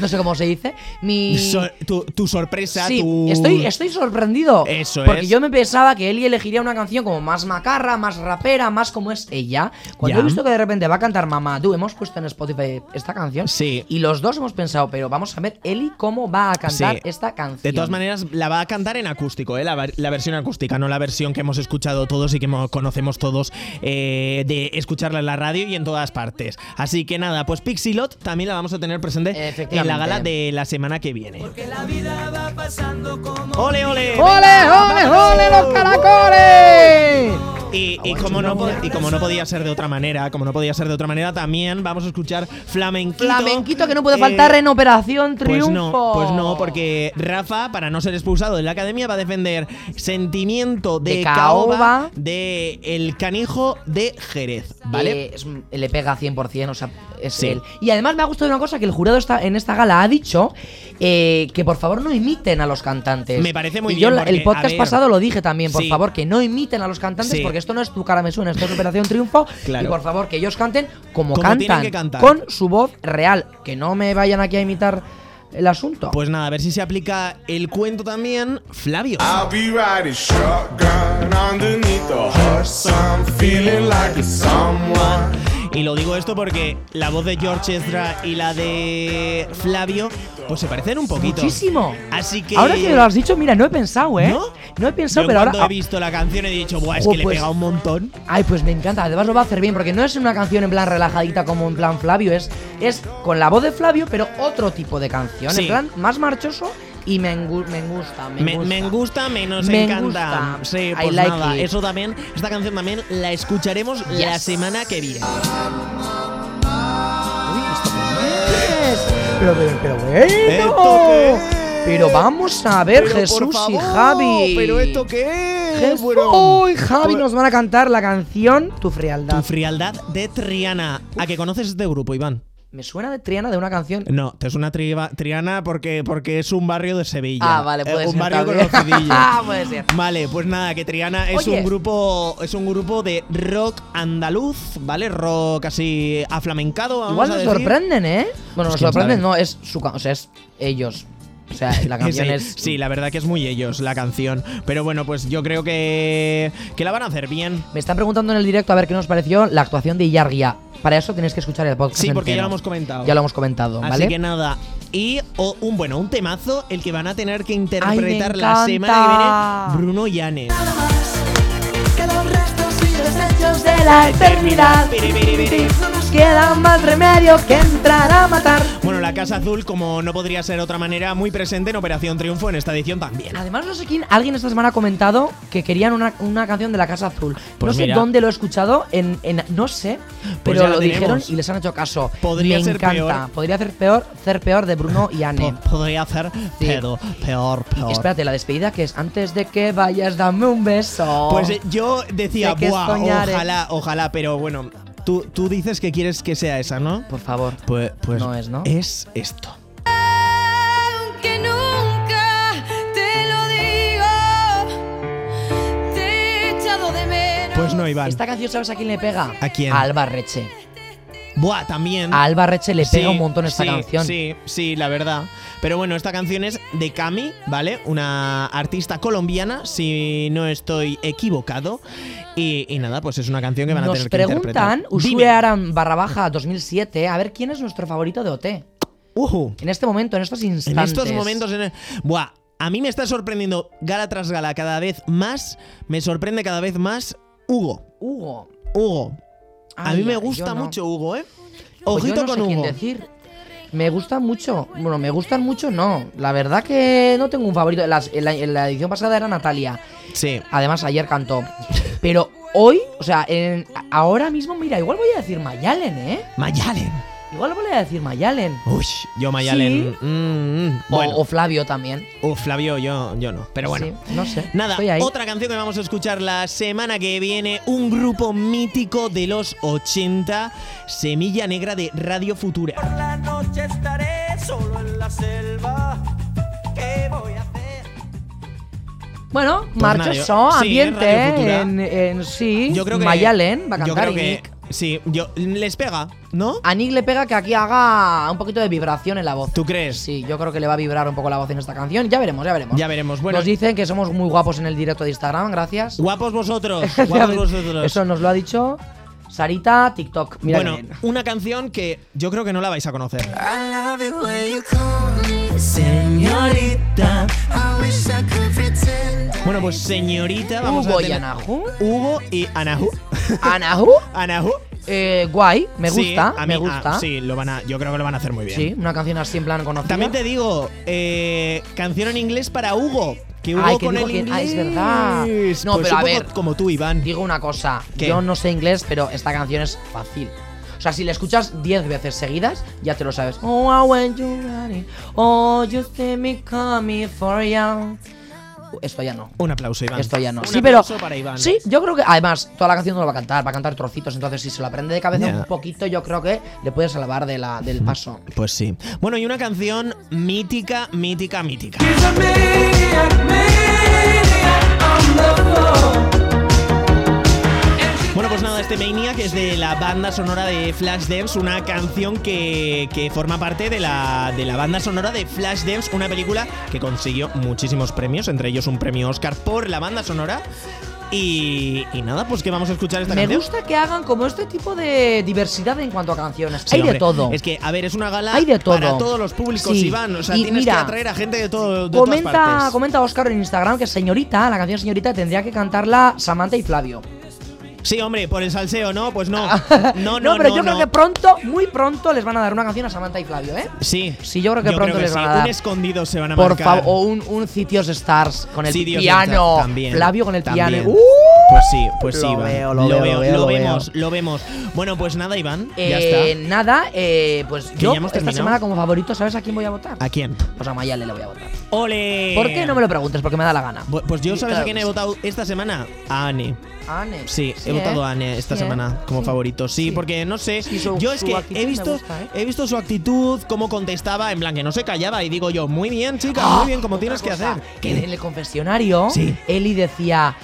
Speaker 1: no sé cómo se dice. Mi.
Speaker 2: Sor- tu, tu sorpresa,
Speaker 1: Sí,
Speaker 2: tu-
Speaker 1: estoy, estoy sorprendido.
Speaker 2: Eso
Speaker 1: Porque
Speaker 2: es.
Speaker 1: yo me pensaba que Eli elegiría una canción como más macarra, más rapera, más como es ella. Cuando
Speaker 2: Ya.
Speaker 1: he visto que de repente va a cantar Mamá, tú hemos puesto en Spotify esta canción.
Speaker 2: Sí.
Speaker 1: Y los dos hemos pensado, pero vamos a ver Eli cómo va a cantar
Speaker 2: Sí.
Speaker 1: esta canción.
Speaker 2: De todas maneras, la va a cantar en acústico, ¿eh? la, ver- la versión acústica, no la versión que hemos escuchado todos y que mo- conocemos todos eh, de escucharla en la radio y en todas partes. Así que nada, pues Pixilot también la vamos a tener presente en
Speaker 1: Efectivamente.
Speaker 2: la gala de la semana que viene. ¡Ole, ole!
Speaker 1: ¡Ole, ole, ole los caracoles!
Speaker 2: Uh, Y, y como no, po- y como no podía ser de otra manera, como no podía ser de otra manera, también vamos a escuchar flamenquito.
Speaker 1: Flamenquito que no puede
Speaker 2: Eh,
Speaker 1: faltar en Operación
Speaker 2: Pues
Speaker 1: Triunfo.
Speaker 2: no, pues no, porque Rafa, para no ser expulsado de la academia, va a defender sentimiento de,
Speaker 1: De caoba.
Speaker 2: caoba de el canijo de Jerez, ¿vale?
Speaker 1: Eh, es un- le pega 100%, o sea, es
Speaker 2: Sí.
Speaker 1: él. Y además me ha gustado una cosa que el jurado está, en esta gala ha dicho eh, que por favor no imiten a los cantantes.
Speaker 2: Me parece muy
Speaker 1: y yo
Speaker 2: bien,
Speaker 1: la- el
Speaker 2: porque, a
Speaker 1: podcast
Speaker 2: ver,
Speaker 1: pasado lo dije también, por
Speaker 2: sí.
Speaker 1: favor, que no imiten a los cantantes
Speaker 2: Sí.
Speaker 1: porque esto no es tu cara me suena, esto es Operación Triunfo.
Speaker 2: Claro.
Speaker 1: Y por favor, que ellos canten como,
Speaker 2: Como tienen
Speaker 1: cantan,
Speaker 2: que cantar.
Speaker 1: con su voz real, que no me vayan aquí a imitar el asunto.
Speaker 2: Pues nada, a ver si se aplica el cuento también, Flavio.
Speaker 10: I'll be riding shotgun underneath the horse. I'm feeling like it's someone.
Speaker 2: Y lo digo esto porque la voz de George Ezra y la de Flavio, pues se parecen un poquito.
Speaker 1: Muchísimo.
Speaker 2: Así que.
Speaker 1: Ahora que me lo has dicho, mira, no he pensado, ¿eh?
Speaker 2: ¿No?
Speaker 1: he pensado,
Speaker 2: Yo
Speaker 1: pero
Speaker 2: cuando
Speaker 1: ahora.
Speaker 2: he visto la canción he dicho, Buah, es
Speaker 1: Oh,
Speaker 2: que le
Speaker 1: pues-
Speaker 2: pega un montón.
Speaker 1: Ay, pues me encanta. Además lo va a hacer bien, porque no es una canción en plan relajadita como en plan Flavio, es, es con la voz de Flavio, pero otro tipo de canción.
Speaker 2: Sí.
Speaker 1: En plan más marchoso y me, engu- me gusta, me,
Speaker 2: Me,
Speaker 1: gusta.
Speaker 2: me gusta, menos
Speaker 1: Me
Speaker 2: encanta.
Speaker 1: gusta.
Speaker 2: Sí,
Speaker 1: I
Speaker 2: pues
Speaker 1: like
Speaker 2: nada,
Speaker 1: it.
Speaker 2: eso también, esta canción también la escucharemos la
Speaker 1: Yes.
Speaker 2: semana que viene.
Speaker 1: Yes. Pero, pero, pero
Speaker 2: ¿Esto qué
Speaker 1: bueno.
Speaker 2: es?
Speaker 1: Pero vamos a ver,
Speaker 2: Pero, por
Speaker 1: Jesús
Speaker 2: favor,
Speaker 1: y Javi.
Speaker 2: ¿Pero esto qué es? pues
Speaker 1: Jesús
Speaker 2: bro?
Speaker 1: y Javi nos van a cantar la canción Tu
Speaker 2: Tu
Speaker 1: frialdad.
Speaker 2: frialdad de Triana. ¿A que conoces este grupo, Iván?
Speaker 1: me suena de Triana de una canción.
Speaker 2: No, te suena Triva- Triana porque, porque es un barrio de Sevilla.
Speaker 1: Ah, vale,
Speaker 2: Eh,
Speaker 1: puede
Speaker 2: Un
Speaker 1: ser
Speaker 2: barrio
Speaker 1: también. Ah,
Speaker 2: conocidillo.
Speaker 1: Puede ser.
Speaker 2: Vale, pues nada, que Triana es
Speaker 1: Oye.
Speaker 2: un grupo es un grupo de rock andaluz, ¿vale? Rock así aflamencado, vamos
Speaker 1: Igual
Speaker 2: a
Speaker 1: nos
Speaker 2: decir.
Speaker 1: sorprenden, ¿eh? Bueno, nos
Speaker 2: quién
Speaker 1: sorprenden,
Speaker 2: sabe.
Speaker 1: no, es su ca- o sea, es ellos. O sea, la canción
Speaker 2: Sí,
Speaker 1: es.
Speaker 2: Sí, la verdad que es muy ellos la canción. Pero bueno, pues yo creo que, que la van a hacer bien.
Speaker 1: Me están preguntando en el directo a ver qué nos pareció la actuación de Ilargia. Para eso tenéis que escuchar el podcast.
Speaker 2: Sí, porque ya
Speaker 1: entero.
Speaker 2: lo hemos comentado.
Speaker 1: Ya lo hemos comentado,
Speaker 2: Así
Speaker 1: ¿vale?
Speaker 2: que nada. Y o, un bueno, un temazo, el que van a tener que interpretar
Speaker 1: encanta.
Speaker 2: la semana que viene Bruno Llanes.
Speaker 1: Hechos de la eternidad. No nos queda más remedio que entrar a matar.
Speaker 2: Bueno, la Casa Azul, como no podría ser de otra manera, muy presente en Operación Triunfo en esta edición también.
Speaker 1: Además, no sé quién, alguien esta semana ha comentado que querían una, una canción de la Casa Azul. no
Speaker 2: Pues
Speaker 1: sé
Speaker 2: mira. Pues
Speaker 1: dónde lo he escuchado, en, en- no sé, pero
Speaker 2: ya la
Speaker 1: lo dijeron
Speaker 2: tenemos.
Speaker 1: y les han hecho caso.
Speaker 2: Podría
Speaker 1: Me
Speaker 2: ser
Speaker 1: encanta.
Speaker 2: peor.
Speaker 1: Podría ser peor, ser peor de Bruno y Anne.
Speaker 2: Podría hacer pedo, peor, peor.
Speaker 1: Espérate, la despedida que es antes de que vayas, dame un beso.
Speaker 2: Pues eh, yo decía,
Speaker 1: Sé que eh".
Speaker 2: "Buah,
Speaker 1: soñaré".
Speaker 2: ojalá, ojalá, pero bueno, tú, tú dices que quieres que sea esa, ¿no?
Speaker 1: Por favor.
Speaker 2: Pues, pues
Speaker 1: No es, ¿no?
Speaker 2: es esto.
Speaker 11: que nunca te lo digo. Te he echado de menos.
Speaker 2: Pues no, Iván.
Speaker 1: Esta canción, ¿sabes a quién le pega?
Speaker 2: ¿A quién?
Speaker 1: A Alba Reche.
Speaker 2: Buah, también.
Speaker 1: A Alba Reche le
Speaker 2: Sí,
Speaker 1: pega un montón esta
Speaker 2: sí,
Speaker 1: canción.
Speaker 2: Sí, sí, la verdad. Pero bueno, esta canción es de Cami, ¿vale? Una artista colombiana, si no estoy equivocado. Y, y nada, pues es una canción que van a
Speaker 1: Nos
Speaker 2: tener
Speaker 1: preguntan,
Speaker 2: que interpretar.
Speaker 1: Usue
Speaker 2: Dime.
Speaker 1: Aram barra baja 2007, a ver quién es nuestro favorito de OT.
Speaker 2: Ujú.
Speaker 1: En este momento, en estos instantes.
Speaker 2: En estos momentos. en el- Buah, a mí me está sorprendiendo gala tras gala cada vez más. Me sorprende cada vez más Hugo.
Speaker 1: Hugo.
Speaker 2: Hugo. a
Speaker 1: Ay,
Speaker 2: mí me
Speaker 1: yo
Speaker 2: gusta
Speaker 1: no.
Speaker 2: mucho Hugo, ¿eh?
Speaker 1: Pues
Speaker 2: Ojito
Speaker 1: yo no
Speaker 2: con
Speaker 1: sé quién
Speaker 2: Hugo.
Speaker 1: decir. Me gusta mucho. Bueno, me gustan mucho, no. La verdad que no tengo un favorito. Las- en, la, en la edición pasada era Natalia.
Speaker 2: Sí.
Speaker 1: Además, ayer cantó. Pero hoy, o sea, en- ahora mismo, mira, igual voy a decir Mayalen, ¿eh?
Speaker 2: Mayalen.
Speaker 1: Igual voy a decir Mayalen.
Speaker 2: Uy, yo Mayalen. mm, mm.
Speaker 1: O-
Speaker 2: Bueno.
Speaker 1: O, Flavio también.
Speaker 2: Uf, Flavio, yo, yo no. Pero bueno.
Speaker 1: Sí, no sé.
Speaker 2: Nada,
Speaker 1: Estoy ahí.
Speaker 2: otra canción que vamos a escuchar la semana que viene, un grupo mítico de los 80, Semilla Negra de Radio Futura.
Speaker 12: la noche estaré solo en la selva. ¿Qué voy a hacer?
Speaker 1: Bueno,
Speaker 2: nadie-
Speaker 1: marchoso,
Speaker 2: Pues sí,
Speaker 1: ambiente,
Speaker 2: Radio Futura.
Speaker 1: ¿eh? En, en sí.
Speaker 2: Yo creo que
Speaker 1: Mayalen va a
Speaker 2: yo
Speaker 1: cantar
Speaker 2: creo
Speaker 1: y
Speaker 2: que-
Speaker 1: Nick. Ah.
Speaker 2: sí, yo les pega, ¿no?
Speaker 1: A Nick le pega que aquí haga un poquito de vibración en la voz.
Speaker 2: ¿Tú crees?
Speaker 1: Sí, yo creo que le va a vibrar un poco la voz en esta canción. Ya veremos, ya veremos.
Speaker 2: Ya veremos. Bueno,
Speaker 1: Nos dicen que somos muy guapos en el directo de Instagram, gracias.
Speaker 2: guapos vosotros, guapos vosotros.
Speaker 1: Eso nos lo ha dicho Sarita TikTok. Mira
Speaker 2: bueno,
Speaker 1: que bien.
Speaker 2: una canción que yo creo que no la vais a conocer.
Speaker 12: I love it when you call me señorita. I wish I could pretend.
Speaker 2: Bueno, pues señorita, vamos
Speaker 1: Hugo
Speaker 2: a
Speaker 1: y
Speaker 2: tener-
Speaker 1: Anahu.
Speaker 2: Hugo y Anahu.
Speaker 1: Anahu.
Speaker 2: Anahu.
Speaker 1: uh, Eh, guay, me
Speaker 2: Sí,
Speaker 1: gusta,
Speaker 2: a
Speaker 1: me
Speaker 2: mí- ah,
Speaker 1: gusta.
Speaker 2: sí, lo van a, yo creo que lo van a hacer muy bien.
Speaker 1: Sí, una canción así en plan conocida.
Speaker 2: También te digo, eh, canción en inglés para Hugo. Que Hugo
Speaker 1: Ay, que
Speaker 2: con
Speaker 1: dijo
Speaker 2: el
Speaker 1: que-
Speaker 2: inglés.
Speaker 1: ah, es verdad. No,
Speaker 2: Pues
Speaker 1: pero
Speaker 2: un
Speaker 1: a
Speaker 2: poco
Speaker 1: ver.
Speaker 2: Como tú, Iván.
Speaker 1: Digo una cosa,
Speaker 2: ¿Qué?
Speaker 1: yo no sé inglés, pero esta canción es fácil. O sea, si la escuchas 10 veces seguidas, ya te lo sabes. Oh, I want you running. Oh, you see me coming for you. Esto ya no.
Speaker 2: Un aplauso, Iván.
Speaker 1: Esto ya no.
Speaker 2: Un
Speaker 1: Sí, pero.
Speaker 2: aplauso para Iván.
Speaker 1: Sí, yo creo que. Además, toda la canción no la va a cantar, va a cantar trocitos. Entonces, si se lo aprende de cabeza
Speaker 2: Ya.
Speaker 1: un poquito, yo creo que le puedes salvar de la, del paso.
Speaker 2: Pues sí. Bueno, y una canción mítica, mítica, mítica. Bueno, pues nada, este Maniac es de la banda sonora de Flashdance, una canción que, que forma parte de la, de la banda sonora de Flashdance, una película que consiguió muchísimos premios, entre ellos un premio Oscar por la banda sonora. Y, y nada, pues que vamos a escuchar esta
Speaker 1: Me
Speaker 2: canción.
Speaker 1: gusta que hagan como este tipo de diversidad en cuanto a canciones.
Speaker 2: Sí,
Speaker 1: Hay
Speaker 2: hombre,
Speaker 1: de todo.
Speaker 2: Es que, a ver, es una gala
Speaker 1: Hay de todo.
Speaker 2: para todos los públicos,
Speaker 1: Sí,
Speaker 2: Iván. O sea,
Speaker 1: y
Speaker 2: tienes
Speaker 1: mira,
Speaker 2: que atraer a gente de, todo, de todas
Speaker 1: Comenta,
Speaker 2: partes.
Speaker 1: comenta Oscar en Instagram que señorita, la canción señorita tendría que cantarla Samantha y Flavio.
Speaker 2: Sí, hombre, por el salseo, ¿no? Pues no. No, no,
Speaker 1: pero
Speaker 2: no,
Speaker 1: yo creo
Speaker 2: no.
Speaker 1: que pronto, muy pronto, les van a dar una canción a Samantha y Flavio, ¿eh?
Speaker 2: Sí.
Speaker 1: Sí, yo creo que pronto les
Speaker 2: sí.
Speaker 1: van a dar.
Speaker 2: Un escondido se van a
Speaker 1: Por
Speaker 2: marcar.
Speaker 1: favor, o un, un Sitios Stars con el
Speaker 2: Sí, Dios
Speaker 1: piano.
Speaker 2: santo, también,
Speaker 1: Flavio con el
Speaker 2: también.
Speaker 1: piano. ¡Uh!
Speaker 2: pues sí, pues sí,
Speaker 1: Lo
Speaker 2: Iván.
Speaker 1: veo, lo veo, lo veo, lo
Speaker 2: vemos, lo vemos. Bueno, pues nada, Iván. ya
Speaker 1: Eh,
Speaker 2: está.
Speaker 1: nada, eh, pues yo
Speaker 2: ya hemos
Speaker 1: esta
Speaker 2: terminado?
Speaker 1: semana como favorito, ¿sabes a quién voy a votar?
Speaker 2: ¿A Eh. quién?
Speaker 1: Pues a Mayale le voy a votar.
Speaker 2: ¡Ole!
Speaker 1: ¿Por qué? No me lo preguntes, porque me da la gana.
Speaker 2: Bu- Pues yo,
Speaker 1: Sí,
Speaker 2: ¿sabes
Speaker 1: claro
Speaker 2: a quién
Speaker 1: que
Speaker 2: he
Speaker 1: sí.
Speaker 2: votado esta semana? A Anne.
Speaker 1: Ane.
Speaker 2: Sí, he votado
Speaker 1: ¿eh?
Speaker 2: a Anne esta
Speaker 1: Sí, ¿eh?
Speaker 2: semana como
Speaker 1: Sí.
Speaker 2: favorito. Sí,
Speaker 1: Sí.
Speaker 2: porque no sé.
Speaker 1: Sí, su-
Speaker 2: yo es
Speaker 1: su
Speaker 2: que
Speaker 1: actitud
Speaker 2: he
Speaker 1: me
Speaker 2: visto,
Speaker 1: gusta, ¿eh?
Speaker 2: he visto su actitud, cómo contestaba, en plan que no se callaba. Y digo yo, muy bien, chica,
Speaker 1: Ah,
Speaker 2: muy bien, como
Speaker 1: otra
Speaker 2: tienes que
Speaker 1: cosa,
Speaker 2: hacer.
Speaker 1: Que en el confesionario,
Speaker 2: Sí.
Speaker 1: Eli decía.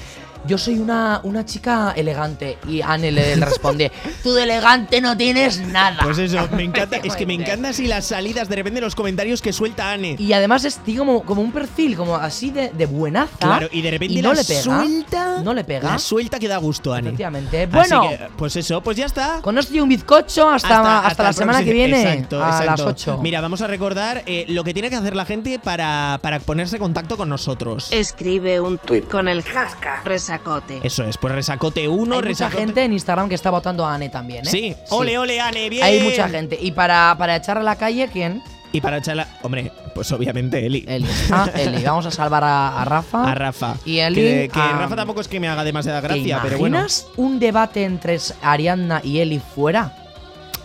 Speaker 1: yo soy una, una chica elegante. Y Anne le, le responde, tú de elegante no tienes nada.
Speaker 2: Pues eso, me encanta, es que me encanta así las salidas de repente los comentarios que suelta Anne.
Speaker 1: Y además es tío, como, como un perfil, como así de, de buenaza.
Speaker 2: Claro, y de repente
Speaker 1: no
Speaker 2: la
Speaker 1: le pega,
Speaker 2: suelta-
Speaker 1: No le pega.
Speaker 2: La suelta que da gusto, Anne.
Speaker 1: Efectivamente. Bueno,
Speaker 2: Así que, pues eso, pues ya está.
Speaker 1: con esto y un bizcocho hasta, hasta, la
Speaker 2: el
Speaker 1: semana que
Speaker 2: próximo-
Speaker 1: viene.
Speaker 2: Exacto,
Speaker 1: a
Speaker 2: exacto.
Speaker 1: las 8.
Speaker 2: Mira, vamos a recordar eh, lo que tiene que hacer la gente para, para ponerse en contacto con nosotros.
Speaker 3: Escribe un tuit con el hashtag resacote.
Speaker 2: Eso es, pues resacote 1,
Speaker 1: Hay mucha
Speaker 2: resacote.
Speaker 1: gente en Instagram que está votando a Ane también, ¿eh?
Speaker 2: Sí. Ole, ole, Ane, bien.
Speaker 1: Hay mucha gente. Y para, para echar a la calle, ¿quién?
Speaker 2: Y para echarla. Hombre, pues obviamente Eli.
Speaker 1: Eli. Ah, Eli. Vamos a salvar a, a Rafa.
Speaker 2: A Rafa.
Speaker 1: Y Eli.
Speaker 2: Que, que
Speaker 1: a-
Speaker 2: Rafa tampoco es que me haga demasiada
Speaker 1: ¿Te
Speaker 2: gracia, pero bueno.
Speaker 1: imaginas un debate entre Ariadna y Eli fuera?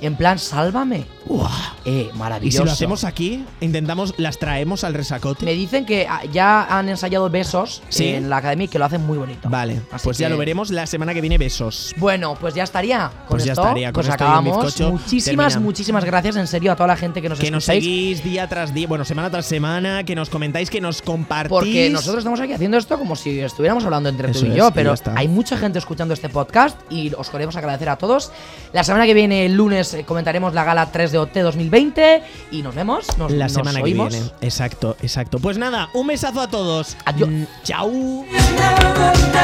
Speaker 1: En plan, sálvame.
Speaker 2: Uah.
Speaker 1: Eh,
Speaker 2: Y si
Speaker 1: maravilloso.
Speaker 2: lo hacemos aquí, intentamos, las traemos al resacote.
Speaker 1: Me dicen que ah, ya han ensayado besos
Speaker 2: Sí.
Speaker 1: en la academia y que lo hacen muy bonito.
Speaker 2: Vale,
Speaker 1: Así
Speaker 2: pues ya
Speaker 1: que-
Speaker 2: lo veremos la semana que viene. Besos.
Speaker 1: Bueno, pues ya estaría. Con
Speaker 2: Pues ya
Speaker 1: esto,
Speaker 2: estaría, con
Speaker 1: pues
Speaker 2: esto y un
Speaker 1: acabamos.
Speaker 2: bizcocho,
Speaker 1: muchísimas,
Speaker 2: termina.
Speaker 1: muchísimas gracias en serio a toda la gente que nos
Speaker 2: Que nos
Speaker 1: escucháis.
Speaker 2: seguís día tras día, bueno, semana tras semana, que nos comentáis, que nos compartís.
Speaker 1: Porque nosotros estamos aquí haciendo esto como si estuviéramos hablando entre
Speaker 2: Eso
Speaker 1: tú y
Speaker 2: es,
Speaker 1: yo,
Speaker 2: y ya
Speaker 1: pero
Speaker 2: está.
Speaker 1: hay mucha gente escuchando este podcast y os queremos agradecer a todos. La semana que viene, el lunes, eh, comentaremos la gala 3 de OT 2020 y nos vemos. Nos,
Speaker 2: la
Speaker 1: nos
Speaker 2: semana que
Speaker 1: oímos.
Speaker 2: viene. Exacto, exacto. Pues nada, un besazo a todos.
Speaker 1: Adiós.
Speaker 2: Chao.
Speaker 11: Now, now,